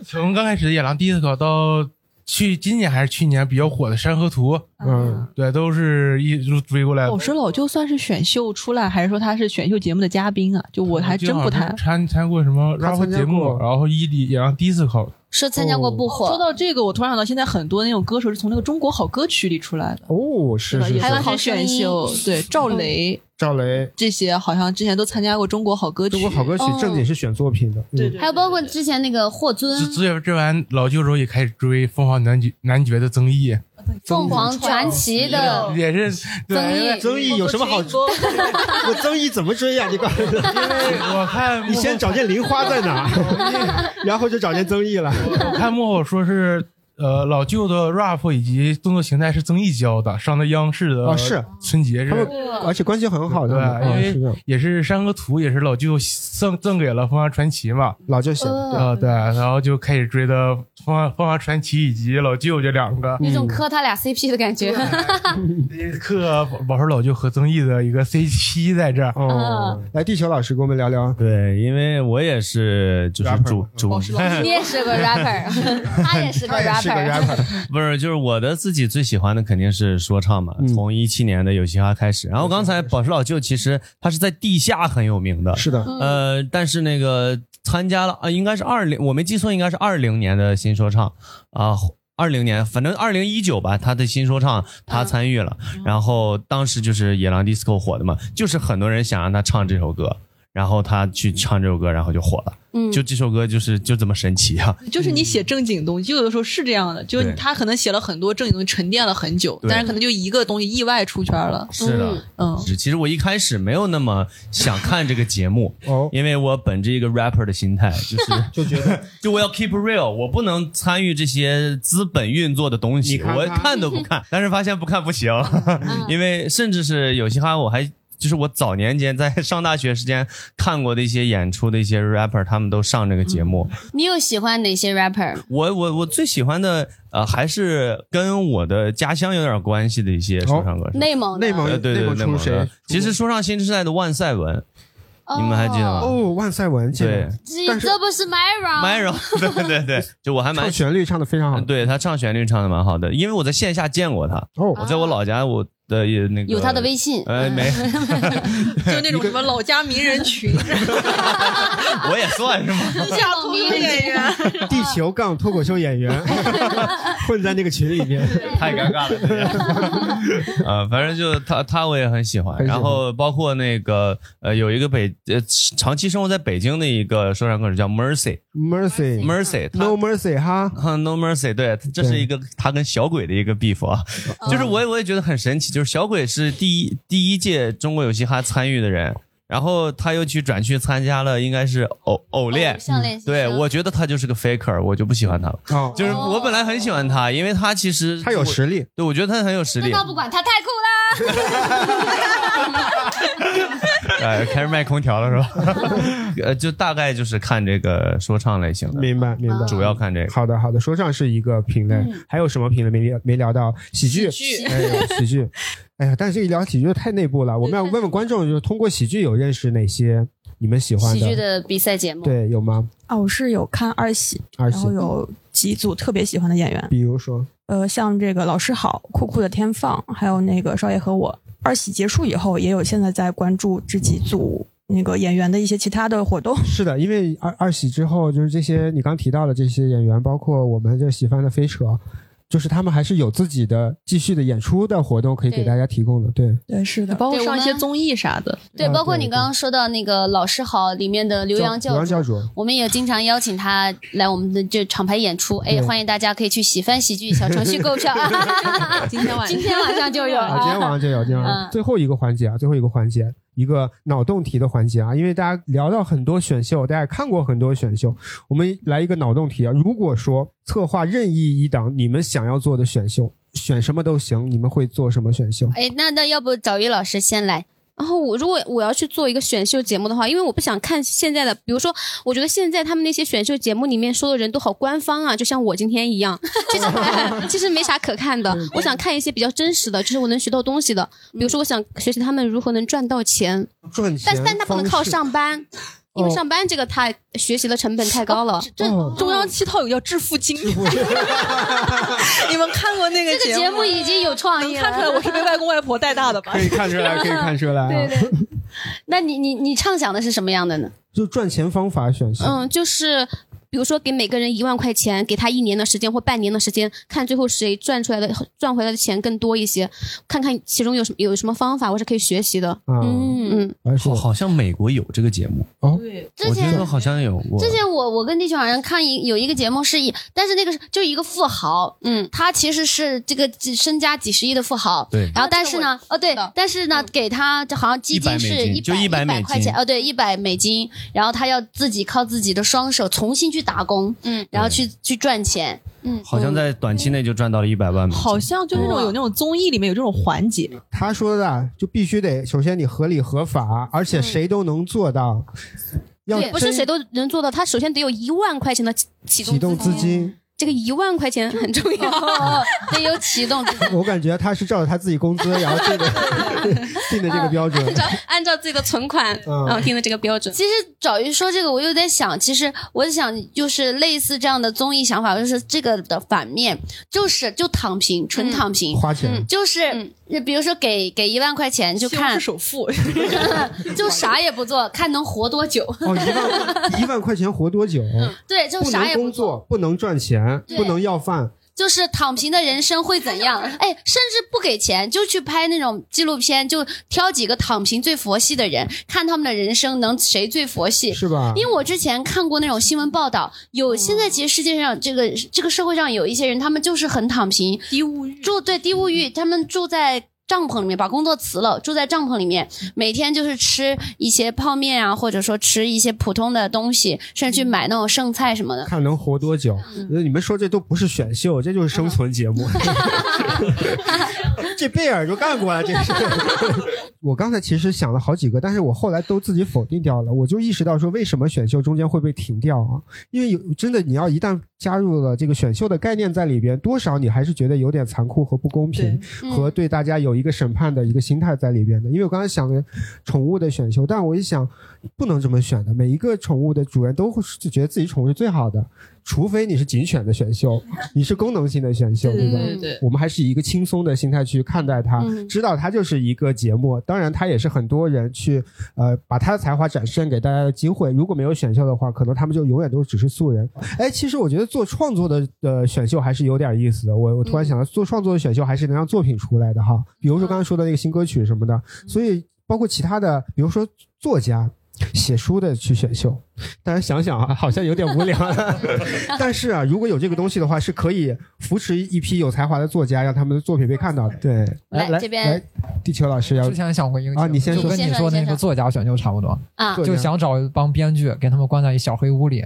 S9: 从从刚开始的野狼第一次搞到去今年还是去年比较火的《山河图》，
S1: 嗯，
S9: 对，都是一路追过来的。
S3: 我说老舅算哦是选秀出来，还是说他是选秀节目的嘉宾啊？就我还真不太。
S9: 参参过什么
S1: 他
S9: rap
S1: 参加
S9: 节目，然后一里野狼第一次考，
S2: 是参加
S1: 哦
S2: 过不火
S3: 说到这个，我突然想到，现在很多那种歌手是从那个《中国好歌曲》里出来的，
S1: 哦，是是是，
S3: 还有好选秀，对
S2: 嗯
S3: 赵雷
S1: 赵雷，
S3: 这些，好像之前都参加过《中国好歌曲》。
S1: 中国好歌曲正经是选作品的，嗯对
S2: 哦还有包括之前那个霍尊，
S9: 自也追完老舅之后也开始追凤凰男爵男爵的曾毅，
S2: 凤凰传奇的
S9: 也是对
S1: 曾毅有什么好？ <laughs> 我曾毅怎么追呀？你告诉我，
S9: 我看
S1: <laughs> 你先找见玲花在哪，然后就找见曾毅了。
S9: 我看幕后说是。呃，老舅的 rap 以及动作形态是曾毅教的，上的央视的
S1: 哦是
S9: 春节日
S1: 他，们而且关系很好的
S9: 对，
S1: 嘛，嗯是
S9: 因
S1: 的
S9: 为也是山河图，也是老舅赠赠给了凤凰传奇嘛，
S1: 老舅写
S2: 的
S9: 啊，对，然后就开始追的凤凰凤凰传奇以及老舅这两个，嗯
S2: 一种磕他俩 CP 的感觉，
S9: 克宝儿老舅和曾毅的一个 CP 在这儿。
S1: 哦，来地球老师跟我们聊聊。
S7: 对，因为我也是就是主主， <laughs>
S2: 你也是个 rapper，他嗯也是个 rapper，
S7: 不是，就是我的自己最喜欢的肯定是说唱嘛，从一七年的有嘻哈开始。然后刚才宝石老舅其实他是在地下很有名的，
S1: 是的
S2: 嗯
S7: 呃，但是那呃个参加了啊、应该是二零，我没记错，应该是二零年的新说唱啊。二零年，反正二零一九吧，他的新说唱他参与了，
S2: 嗯
S7: 然后当时就是野狼 disco 火的嘛，就是很多人想让他唱这首歌，然后他去唱这首歌，然后就火了。
S5: 嗯
S7: 就这首歌就是就这么神奇啊！
S5: 就是你
S1: 嗯
S5: 写正经东西，有的时候是这样的，就是
S7: 对
S5: 他可能写了很多正经东西，沉淀了很久，
S7: 对
S5: 但是可能就一个东西意外出圈了。
S7: 是的，
S5: 嗯，
S7: 是其实我一开始没有那么想看这个节
S1: <laughs>
S7: 目，因为我本着一个 rapper 的心态，就是
S1: 哦就觉得，
S7: 就我要 keep real，我不能参与这些 <laughs> 资本运作的东西，
S1: 看看
S7: 我看都不
S1: <laughs>
S7: 看，但是发现不看不行， <laughs> 因为甚至是有嘻哈，我还。就是我早年间在上大学时间看过的一些演出的一些 rapper，他们都上这个节目，
S2: <laughs> 你有喜欢哪些 rapper？
S7: 我我我最喜欢的呃，还是跟我的家乡有点关系的一些说
S1: 哦
S7: 唱歌手。
S4: 内蒙的内蒙
S7: 呃对对
S1: 内
S7: 对，
S1: 蒙
S7: 内
S1: 出
S7: 蒙
S1: 谁
S7: 的。其实说唱新时代的万赛文，你们还记得吗？
S1: 哦，万赛文记得
S2: 啊
S7: 对
S2: 这这不是 Myra？
S7: ，Myron，对
S2: <laughs>
S7: 对对，就我还蛮
S1: 唱旋律唱的非常好，
S7: 对他唱旋律唱的蛮好的，因为我在线下见过他。
S1: 哦，
S7: 我在我老家，我的也那个
S2: 有他的微信
S7: 呃，
S1: 哎
S5: <laughs>
S2: <laughs>
S7: 没，
S5: 就那种什么老家名
S1: <laughs>
S5: 人群，
S7: 我也算是吗？
S5: 下脱口秀演员，
S1: <laughs> 地球杠脱口秀演员混在那个群里面，
S7: 太尴尬了这个。呃，反正就他他我也很喜欢，然后包括那个呃，有一个北呃长期生活在北京的一个说唱歌手叫 Mercy。
S1: Mercy
S7: Mercy
S1: No Mercy 哈
S7: <laughs> ，No Mercy 对，这是一个他跟小鬼的一个 beef 啊，
S2: 哦
S7: 就是我我也觉得很神奇，就是小鬼是第一第一届中国有嘻哈参与的人。然后他又去转去参加了，应该是偶偶练，嗯
S2: 像练习
S7: 对
S2: 生
S7: 我觉得他就是个 faker，我就不喜欢他了。就是我本来很喜欢他，因为他其实哦他有实
S1: 力，
S7: 对我觉得他很有实力
S2: 那。倒不管，他太酷
S5: <laughs>
S2: 啦！
S7: 哎，开始卖空调了是 <laughs> 吧？呃，就大概就是看这个说唱类型的，
S1: 明白明白，
S7: 主要看这个。
S1: 好的好的，说唱是一个品类，还有什么品类没聊没聊到？喜剧，
S7: 喜剧
S1: 哎呦喜剧，哎呀，但是一聊喜剧就太内部了，我们要问问观众，就是通过喜剧有认识哪些你们喜欢
S2: 喜剧
S1: 的？
S2: 的比赛节目，
S1: 对，有吗？
S3: 啊，我是有看二喜，
S1: 二喜
S3: 然后有几组特别喜欢的演员，
S1: 比如说，
S3: 呃，像这个老师好、酷酷的天放，还有那个少爷和我。二喜结束以后，也有现在在关注这几组那个演员的一些其他的活动。
S1: 是的，因为二二喜之后，就是这些你刚提到的这些演员，包括我们这喜欢的飞车，就是他们还是有自己的继续的演出的活动可以给
S2: 对
S1: 大家提供的。对，
S3: 对，是的，
S5: 包括
S2: 对
S5: 上一
S2: 我
S5: 些
S2: 们
S5: 综艺啥的。嗯
S2: 对，
S1: 啊
S2: 包括
S1: 对
S2: 你刚刚说到那个《老师好》里面的刘洋
S1: 刘
S2: 教
S1: 洋
S2: 主，
S1: 教主，
S2: 我们也经常邀请他来我们的这厂牌演出。哎，
S1: 对
S2: 欢迎大家可以去喜翻喜剧小程序购
S5: <laughs>
S2: 票。今天 <laughs> 晚今天晚上就有
S1: 啊，今天晚上就有，今天晚上
S2: 嗯
S1: 最后一个环节啊，最后一个环节，一个脑洞题的环节啊，因为大家聊到很多选秀，大家也看过很多选秀，我们来一个脑洞题啊。如果说策划任意一档你们想要做的选秀，选什么都行，你们会做什么选秀？
S2: 哎，那那要不找于老师先来？
S4: 然后我如果我要去做一个选秀节目的话，因为我不想看现在的，比如说，我觉得现在他们那些选秀节目里面说的人都好官方啊，就像我今天一
S5: <laughs>
S4: 样，其实其实没啥可看的。我想看一些比较真实的，就是我能学到东西的。比如说，我想学习他们如何能赚到钱，
S1: 赚钱
S4: 但但他不能靠
S1: 方式
S4: 上班，因为
S1: 哦
S4: 上班这个他学习的成本太高了。
S5: 哦这中央七套有叫《致富经》，
S1: <laughs>
S5: <laughs> 你们看过那个
S2: 这个节目已经有创意
S5: 能
S2: 了，
S5: 看出来我是被外公外婆带大的吧？
S1: 可以看出
S3: <laughs>
S1: 来，可以看出来、啊。
S2: <laughs> 对对。那你你你畅想的是什么样的呢？
S1: 就赚钱方法选秀。
S4: 嗯，就是比如说给每个人一万块钱，给他一年的时间或半年的时间，看最后谁赚出来的赚回来的钱更多一些，看看其中有什么有什么方法我是可以学习的。
S1: 啊
S4: 嗯
S7: 好，好像美国有这个节目
S1: 哦，
S2: 之
S7: 我听
S2: 前
S7: 说好像有过。
S2: 之前我我跟地球好像看一有一个节目是一，但是那个是就一个富豪，嗯，他其实是这个几身家几十亿的富豪，
S7: 对
S2: 然后但是呢，哦对，但是呢，给他这好像基金是
S7: 100美金就100
S2: 一
S7: 美
S2: 百
S7: 金
S2: 块钱，哦对，一百美金，然后他要自己靠自己的双手重新去打工，嗯，然后去去赚钱，嗯，
S7: 好像在短期内就赚到了一百
S1: <laughs>
S7: 万美金。
S5: 好像就是那种有那种综艺里面有这种环节，
S1: 哦他说的啊就必须得，首先你合理合法，而
S5: 嗯
S1: 且谁都能做到。要
S4: 对，不是
S1: 真
S4: 谁都能做到，他首先得有一万块钱的启启
S1: 启动资金。
S4: 这个一万块钱很重要，
S2: 哦得有启动资
S1: <laughs> 我感觉他是照着他自己工资，然后定的
S2: <laughs>
S1: 定的这个标准。
S4: <laughs>
S2: 嗯
S4: 按照自己的存款，
S1: 嗯
S4: 然后定的这个标准。
S2: 其实找鱼说这个，我又在想，其实我想就是类似这样的综艺想法，就是这个的反面，就是就躺平，纯躺平，
S1: 花钱
S2: 嗯就是比如说给给一万块钱就看
S5: 首
S4: <laughs>
S5: 付，
S2: <laughs> 就啥也不做，看能活多久。
S1: 哦，一万一万块钱活多久？
S2: <laughs> 嗯对，就
S1: 不
S2: 啥
S1: 能
S2: 也不
S1: 工
S2: 做。
S1: 作，不能赚钱，
S2: 对
S1: 不能要饭。
S2: 就是躺平的人生会怎样？哎，甚至不给钱就去拍那种纪录片，就挑几个躺平最佛系的人，看他们的人生能谁最佛系，
S1: 是吧哦
S2: 因为我之前看过那种新闻报道，有现在其实世界上这个这个社会上有一些人，他们就是很躺平，
S16: 低物欲
S2: 住对低物
S1: 嗯
S2: 欲，他们住在。帐篷里面把工作辞了，住在帐篷里面，
S1: 嗯
S2: 每天就是吃一些泡面啊，或者说吃一些普通的东西，甚至
S1: 嗯
S2: 去买那种剩菜什么的。
S1: 看能活多久。
S2: 嗯
S1: 你们说这都不是选秀，这就是生存节目。这贝尔就干过了，这是。 <laughs> 我刚才其实想了好几个，但是我后来都自己否定掉了。我就意识到说，为什么选秀中间会被停掉啊？因为有真的，你要一旦加入了这个选秀的概念在里边，多少你还是觉得有点残酷和不公平，
S9: 对嗯
S1: 和对大家有一个审判的一个心态在里边的。因为我刚才想的宠物的选秀，但我一想，不能这么选的。每一个宠物的主人都会是觉得自己宠物是最好的，除非你是警犬的选秀，你是功能性的选秀，
S9: 对
S1: 吧？
S9: 对对对
S1: 我们还是以一个轻松的心态去看待它，
S9: 嗯
S1: 知道它就是一个节目。当然，它也是很多人去呃把他的才华展现给大家的机会。如果没有选秀的话，可能他们就永远都只是素人。哎，其实我觉得做创作的呃选秀还是有点意思的。我我突然想到，做创作的选秀还是能让作品出来的哈。比如说刚才说的那个新歌曲什么的，所以包括其他的，比如说作家。写书的去选秀，当然想想啊，好像有点无聊。 <laughs> 但是啊，如果有这个东西的话，是可以扶持一批有才华的作家，让他们的作品被看到的。对，来
S2: 来这边
S1: 来，地球老师要
S14: 之前想过一个
S1: 啊，你先
S14: 就
S1: 说，
S14: 跟你说那个作家选秀差不多
S2: 啊
S14: 就想找一帮编剧给他们关在一小黑屋里，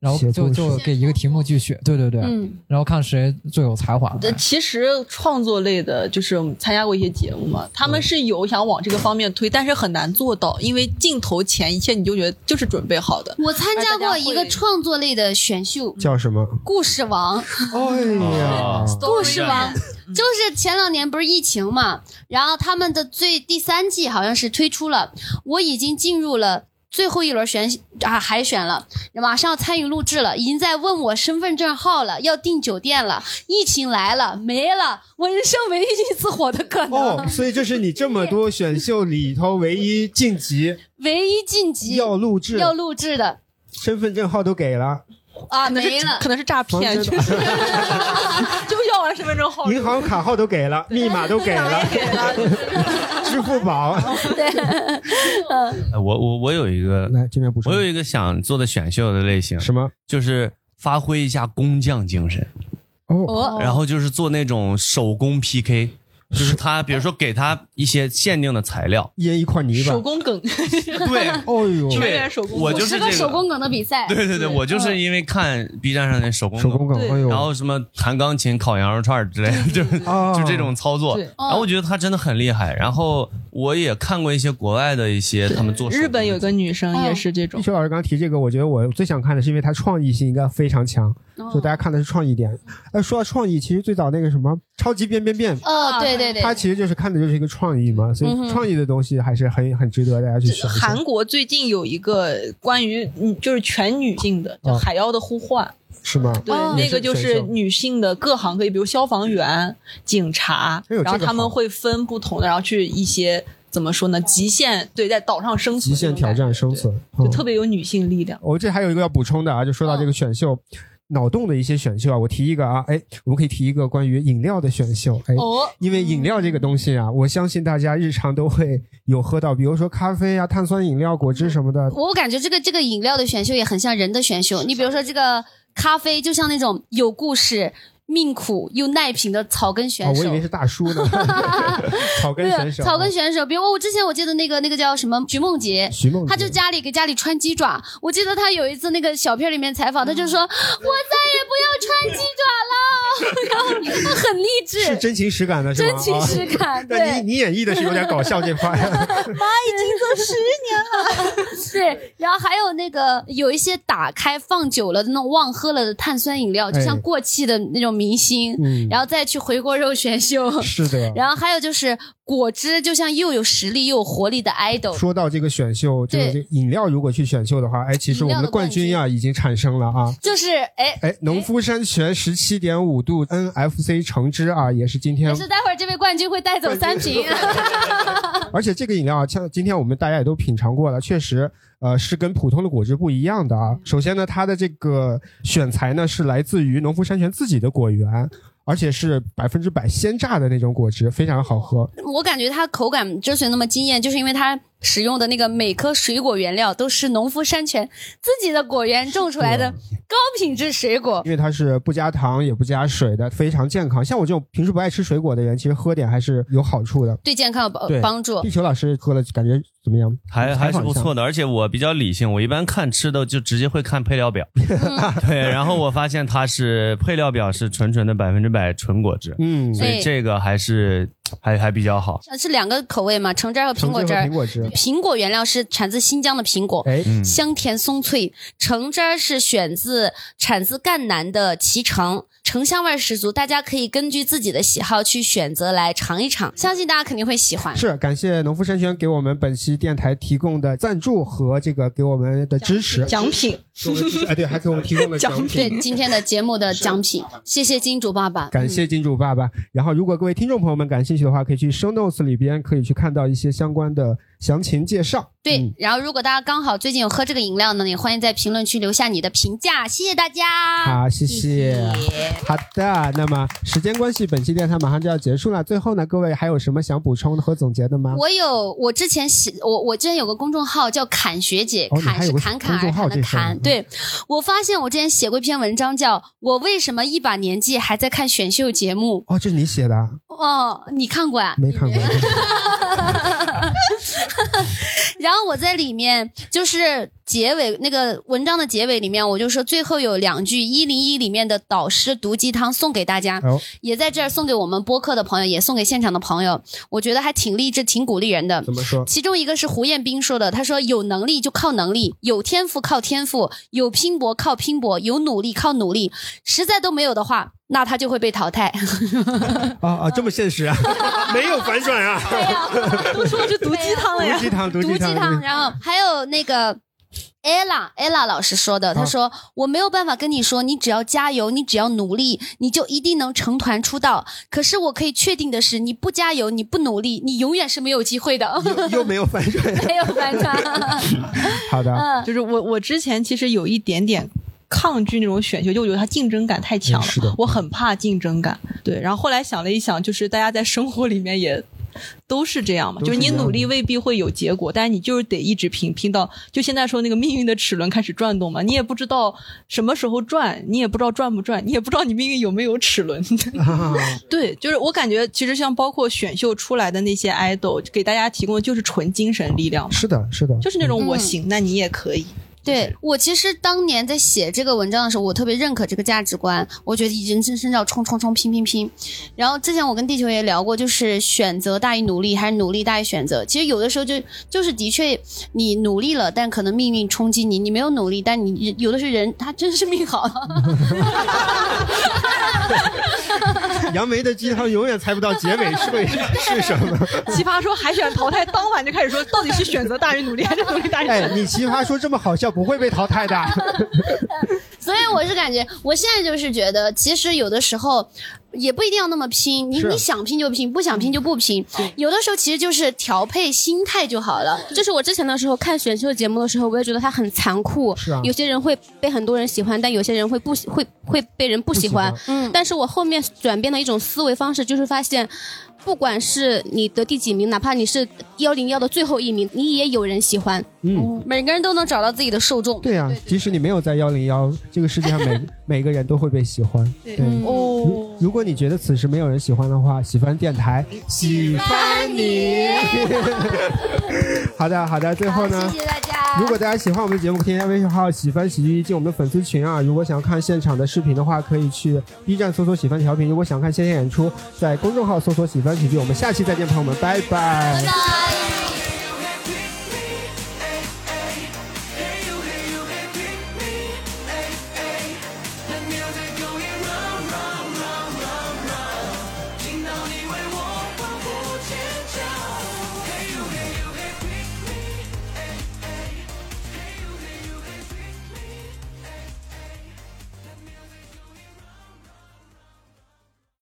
S14: 然后
S1: 写
S14: 就
S1: 故事
S14: 就给一个题目去选，对对对，
S3: 嗯
S14: 然后看谁最有才华。
S3: 呃，其实创作类的，就是我们参加过一些节目嘛，
S1: 嗯
S3: 他们是有想往这个方面推，但是很难做到，因为镜头前一切你就觉得就是准备好的。
S2: 我参加过一个创作类的选秀，
S1: <laughs> 叫什么？
S2: 故事王。
S1: 哎呀，
S2: 故事
S7: 哦
S2: 王，就是前两年不是疫情嘛，然后他们的最第三季好像是推出了，我已经进入了。最后一轮选啊海选了，马上要参与录制了，已经在问我身份证号了，要订酒店了，疫情来了没了，我人生唯一一次火的可能，
S1: 哦，所以这是你这么多选秀里头唯一晋级，
S2: 唯一晋级
S1: 要录制
S2: 要录制的
S1: 身份证号都给了，
S2: 啊
S3: 能是
S2: 没了，
S3: 可能是诈骗
S1: 房间
S3: 就是 <laughs> 就要完身份 <laughs> 证号，
S1: 银行卡号都给了，密码都给了， <laughs> 支付 <laughs> 宝。
S2: 对，
S1: 哦
S2: 嗯。
S7: 哎我我我有一个，
S1: 来这边补
S7: 充，我有一个想做的选秀的类型，
S1: 什么？
S7: 就是发挥一下工匠精神，
S1: 哦 <laughs>
S7: 然后就是做那种手工 PK，就是他比如说给他一些限定的材料，
S1: 腌一块泥
S3: 手工梗，
S1: <laughs>
S2: <laughs>
S7: 对，
S1: 哦呦
S7: 对
S3: 全员手工梗，
S7: 我就是这个
S2: 个手工梗的比
S3: 哎
S2: 赛，
S7: 对对对，我
S3: 嗯
S7: 就是因为看 B 站上的手工手工
S1: 梗
S2: 对哎呦
S7: 然后什么弹钢琴、烤羊肉串儿之类的，就是就这种操作。
S3: 对
S7: 然后我觉得他真的很厉害。然后我也看过一些国外的一些他们做手
S3: 日本有一个女生
S2: 哦
S3: 也是这种
S1: 一，秋老师刚提这个，我觉得我最想看的是，因为它创意性应该非常强，
S2: 哦
S1: 就大家看的是创意点。哎，说到创意，其实最早那个什么超级变变变，
S3: 啊
S2: 哦对对对
S1: 它其实就是看的就是一个创意嘛，所
S3: 嗯哼
S1: 以创意的东西还是很很值得大家去选一下。
S3: 韩国最近有一个关于嗯就是全女性的叫
S1: 哦
S3: 《海妖的呼唤》。
S1: 是吗？
S3: 对，
S2: 哦
S3: 那个就是女性的各行各业，比如消防员、警察，
S1: 哎呦
S3: 然后
S1: 这个
S3: 他们
S1: 好
S3: 会分不同的，然后去一些怎么说呢，极限对，在岛上生存，
S1: 极限挑战生存，
S3: 就
S1: 嗯
S3: 特别有女性力量。
S1: 我这还有一个要补充的啊，就说
S2: 嗯
S1: 到这个选秀。脑洞的一些选秀啊，我提一个啊，哎，我们可以提一个关于饮料的选秀，哎，
S9: 哦
S1: 因为饮料这个东西啊，
S2: 嗯
S1: 我相信大家日常都会有喝到，比如说咖啡啊、碳酸饮料、果汁什么的。
S2: 我感觉这个这个饮料的选秀也很像人的选秀。你比如说这个咖啡，就像那种有故事、命苦又耐品的草根
S1: 哦
S2: 选，
S1: 我
S2: 手。啊
S1: 以为是大叔
S2: <laughs>
S1: 呢，草根选手，
S2: 草根选手，比如我之前我记得那个那个叫什么徐梦洁，
S1: 徐梦洁
S2: 她就家里给家里穿鸡爪。我记得她有一次那个小片里面采访，她就
S1: 嗯
S2: 说：“我再也不要穿鸡爪了。” <laughs> 然后她很励志，
S1: 是真情实感的，是吗？
S2: 真情实感
S1: <laughs> 啊
S2: 对
S1: 但你你演绎的是有点搞笑这块，
S2: <laughs> 妈已经走十年了。 <laughs> 对，然后还有那个有一些打开放久了的那种忘喝了的碳酸饮料，就像
S1: 哎
S2: 过气的那种明星，
S1: 嗯
S2: 然后再去回锅肉选秀。
S1: 是的
S2: <laughs> 然后还有就是果汁，就像又有实力又有活力的 idol。
S1: 说到这个选秀，就是这
S2: 对
S1: 个饮料，如果去选秀的话，哎，其实我们的冠军啊已经产生了啊。
S2: 就是哎，
S1: 哎，农夫山泉十七点五度 NFC 橙汁啊，也是今天
S2: 也，是待会儿这位冠军会带走三瓶。 <laughs>
S1: 而且这个饮料啊，像今天我们大家也都品尝过了，确实，呃，是跟普通的果汁不一样
S2: 嗯
S1: 的啊。首先呢，它的这个选材呢是来自于农夫山泉自己的果园。而且是百分之百鲜榨的那种果汁，非常好喝。
S2: 我感觉它口感之所以那么惊艳，就是因为它使用的那个每颗水果原料都是农夫山泉自己的果园种出来的高品质水果
S1: 因。为它是不加糖也不加水的，非常健康。像我这种平时不爱吃水果的人，其实喝点还是有好处的，
S2: 对健康有帮
S1: 对
S2: 帮助
S1: 地。球老师喝了感觉怎么样？
S7: 还还是不错的，而且我比较理性，我一般看吃的就直接会看配料表。
S3: 嗯
S7: <laughs> 对，然后我发现它是配料表是纯纯的百分之百纯果汁，
S1: 嗯
S7: 所以
S2: 对
S7: 这个还是还还比较好。
S2: 呃是两个口味嘛，橙汁儿和苹果汁儿。
S7: 橙汁和苹果汁
S2: 苹果原料是产自新疆的苹果，
S7: 哎嗯
S2: 香甜松脆；橙汁儿是选自产自赣南的脐橙，橙香味儿十足。大家可以根据自己的喜好去选择来尝一尝，相信大家肯定会喜欢。
S1: 是感谢农夫山泉给我们本期电台提供的赞助和这个给我们的支持
S2: 奖品
S1: 给我们支持哎对，还给我们提供了
S2: <laughs>
S1: 奖品。
S2: 对今天的节目的奖品，谢谢金主爸爸，嗯
S1: 感谢金主爸爸。然后，如果各位听众朋友们感兴趣的话，可以去 show notes 里边可以去看到一些相关的详情介绍。嗯
S2: 对，然后如果大家刚好最近有喝这个饮料呢，也欢迎在评论区留下你的评价，谢谢大家。
S1: 好，谢谢。好的，那么时间关系，本期电台马上就要结束了。最后呢，各位还有什么想补充的和总结的吗？
S2: 我有，我之前写我我之前有个公众号叫侃学姐，
S1: 哦你
S2: 侃
S1: 还
S2: 是
S1: 有个
S2: 侃
S1: 公
S2: 侃而
S1: 众
S2: 谈
S1: 号
S2: 的
S1: 这事儿
S2: 侃。
S1: 嗯
S2: 对，我发现我之前写过一篇文章叫，我为什么一把年纪还在看选秀节目？
S1: 哦，这是你写的啊，
S2: 哦，你看过啊？
S1: 没看过。
S2: <laughs> 然后我在里面就是结尾那个文章的结尾里面，我就说最后有两句一零一里面的导师毒鸡汤送给大家，
S1: 哦
S2: 也在这儿送给我们播客的朋友，也送给现场的朋友，我觉得还挺励志、挺鼓励人的。
S1: 怎么说
S2: 其中一个是胡彦斌说的，他说有能力就靠能力，有天赋靠天赋，有拼搏靠拼搏，有努力靠努力，实在都没有的话，那他就会被淘汰。
S1: <laughs> 啊啊，这么现实啊，没有反转啊。
S2: 我说我就毒鸡汤
S1: 了呀毒鸡汤毒
S2: 毒
S1: 鸡汤 <laughs>
S2: 汤。然后还有那个 ella ella 老师说
S1: 啊
S2: 的，他说、我没有办法跟你说，你只要加油，你只要努力，你就一定能成团出道。可是我可以确定的是，你不加油，你不努力，你永远是没有机会的。
S1: 又没有反转，
S2: 没有反
S3: <laughs>
S2: 转。
S1: 好
S2: 嗯
S3: 就是我我之前其实有一点点抗拒那种选秀，就我觉得它竞争感太强了，
S15: 是的
S3: 我很怕竞争感。对，然后后来想了一想，就是大家在生活里面也。都是这样嘛，
S15: 都
S3: 就是是你
S15: 这样
S3: 努力未必会有结果，但是你就是得一直拼拼到，就现在说那个命运的齿轮开始转动嘛，你也不知道什么时候转，你也不知道转不转，你也不知道你命运有没有齿轮。对，就是我感觉其实像包括选秀出来的那些 idol，给大家提供的就是纯精神力量嘛，
S1: 是的，是的，
S3: 就是那种我
S2: 嗯
S3: 行，那你也可以。
S2: 对我其实当年在写这个文章的时候，我特别认可这个价值观，我觉得人生真的要冲冲冲拼拼拼。然后之前我跟地球也聊过，就是选择大于努力还是努力大于选择。其实有的时候就就是的确你努力了，但可能命运冲击你，你没有努力，但你有的是人他真是命好。
S1: 杨梅的鸡汤永远猜不到结尾是会 <laughs> 是什
S2: <laughs>
S1: 么。
S3: 奇葩说海选淘汰当晚就开始说，到底是选择大于努力还是努力大于选择？
S1: 哎，你奇葩说这么好笑，不会被淘
S2: <laughs>
S1: 汰的。
S2: <laughs> 所以我是感觉，我现在就是觉得，其实有的时候也不一定要那么拼，你
S1: 是
S2: 你想拼就拼，不想拼就不拼。有的时候其实就是调配心态就好了。
S4: 就是我之前的时候看选秀节目的时候，我也觉得它很残酷。
S2: 是啊
S4: 有些人会被很多人喜欢，但有些人会不喜会会被人不喜欢。
S2: 不喜欢嗯
S4: 但是我后面转变的一种思维方式，就是发现，不管是你得第几名，哪怕你是幺零幺的最后一名，你也有人喜欢。
S1: 嗯，
S2: 哦每个人都能找到自己的受众。
S1: 对呀、即使你没有在幺零幺，这个世界上
S2: <laughs>
S1: 每每个人都会被喜欢。
S2: 对
S1: 对
S2: 嗯
S1: 如如果你觉得此时没有人喜欢的话，喜欢电台，喜欢你。 <laughs> 好的，好的，最后呢？
S2: 谢谢大家。
S1: 如果大家喜欢我们的节目，可以添加微信号“喜欢喜剧一”进我们的粉丝群啊。如果想要看现场的视频的话，可以去 B 站搜索“喜欢调频”。如果想看线下演出，在公众号搜索“喜欢喜剧”。我们下期再见，朋友们，拜拜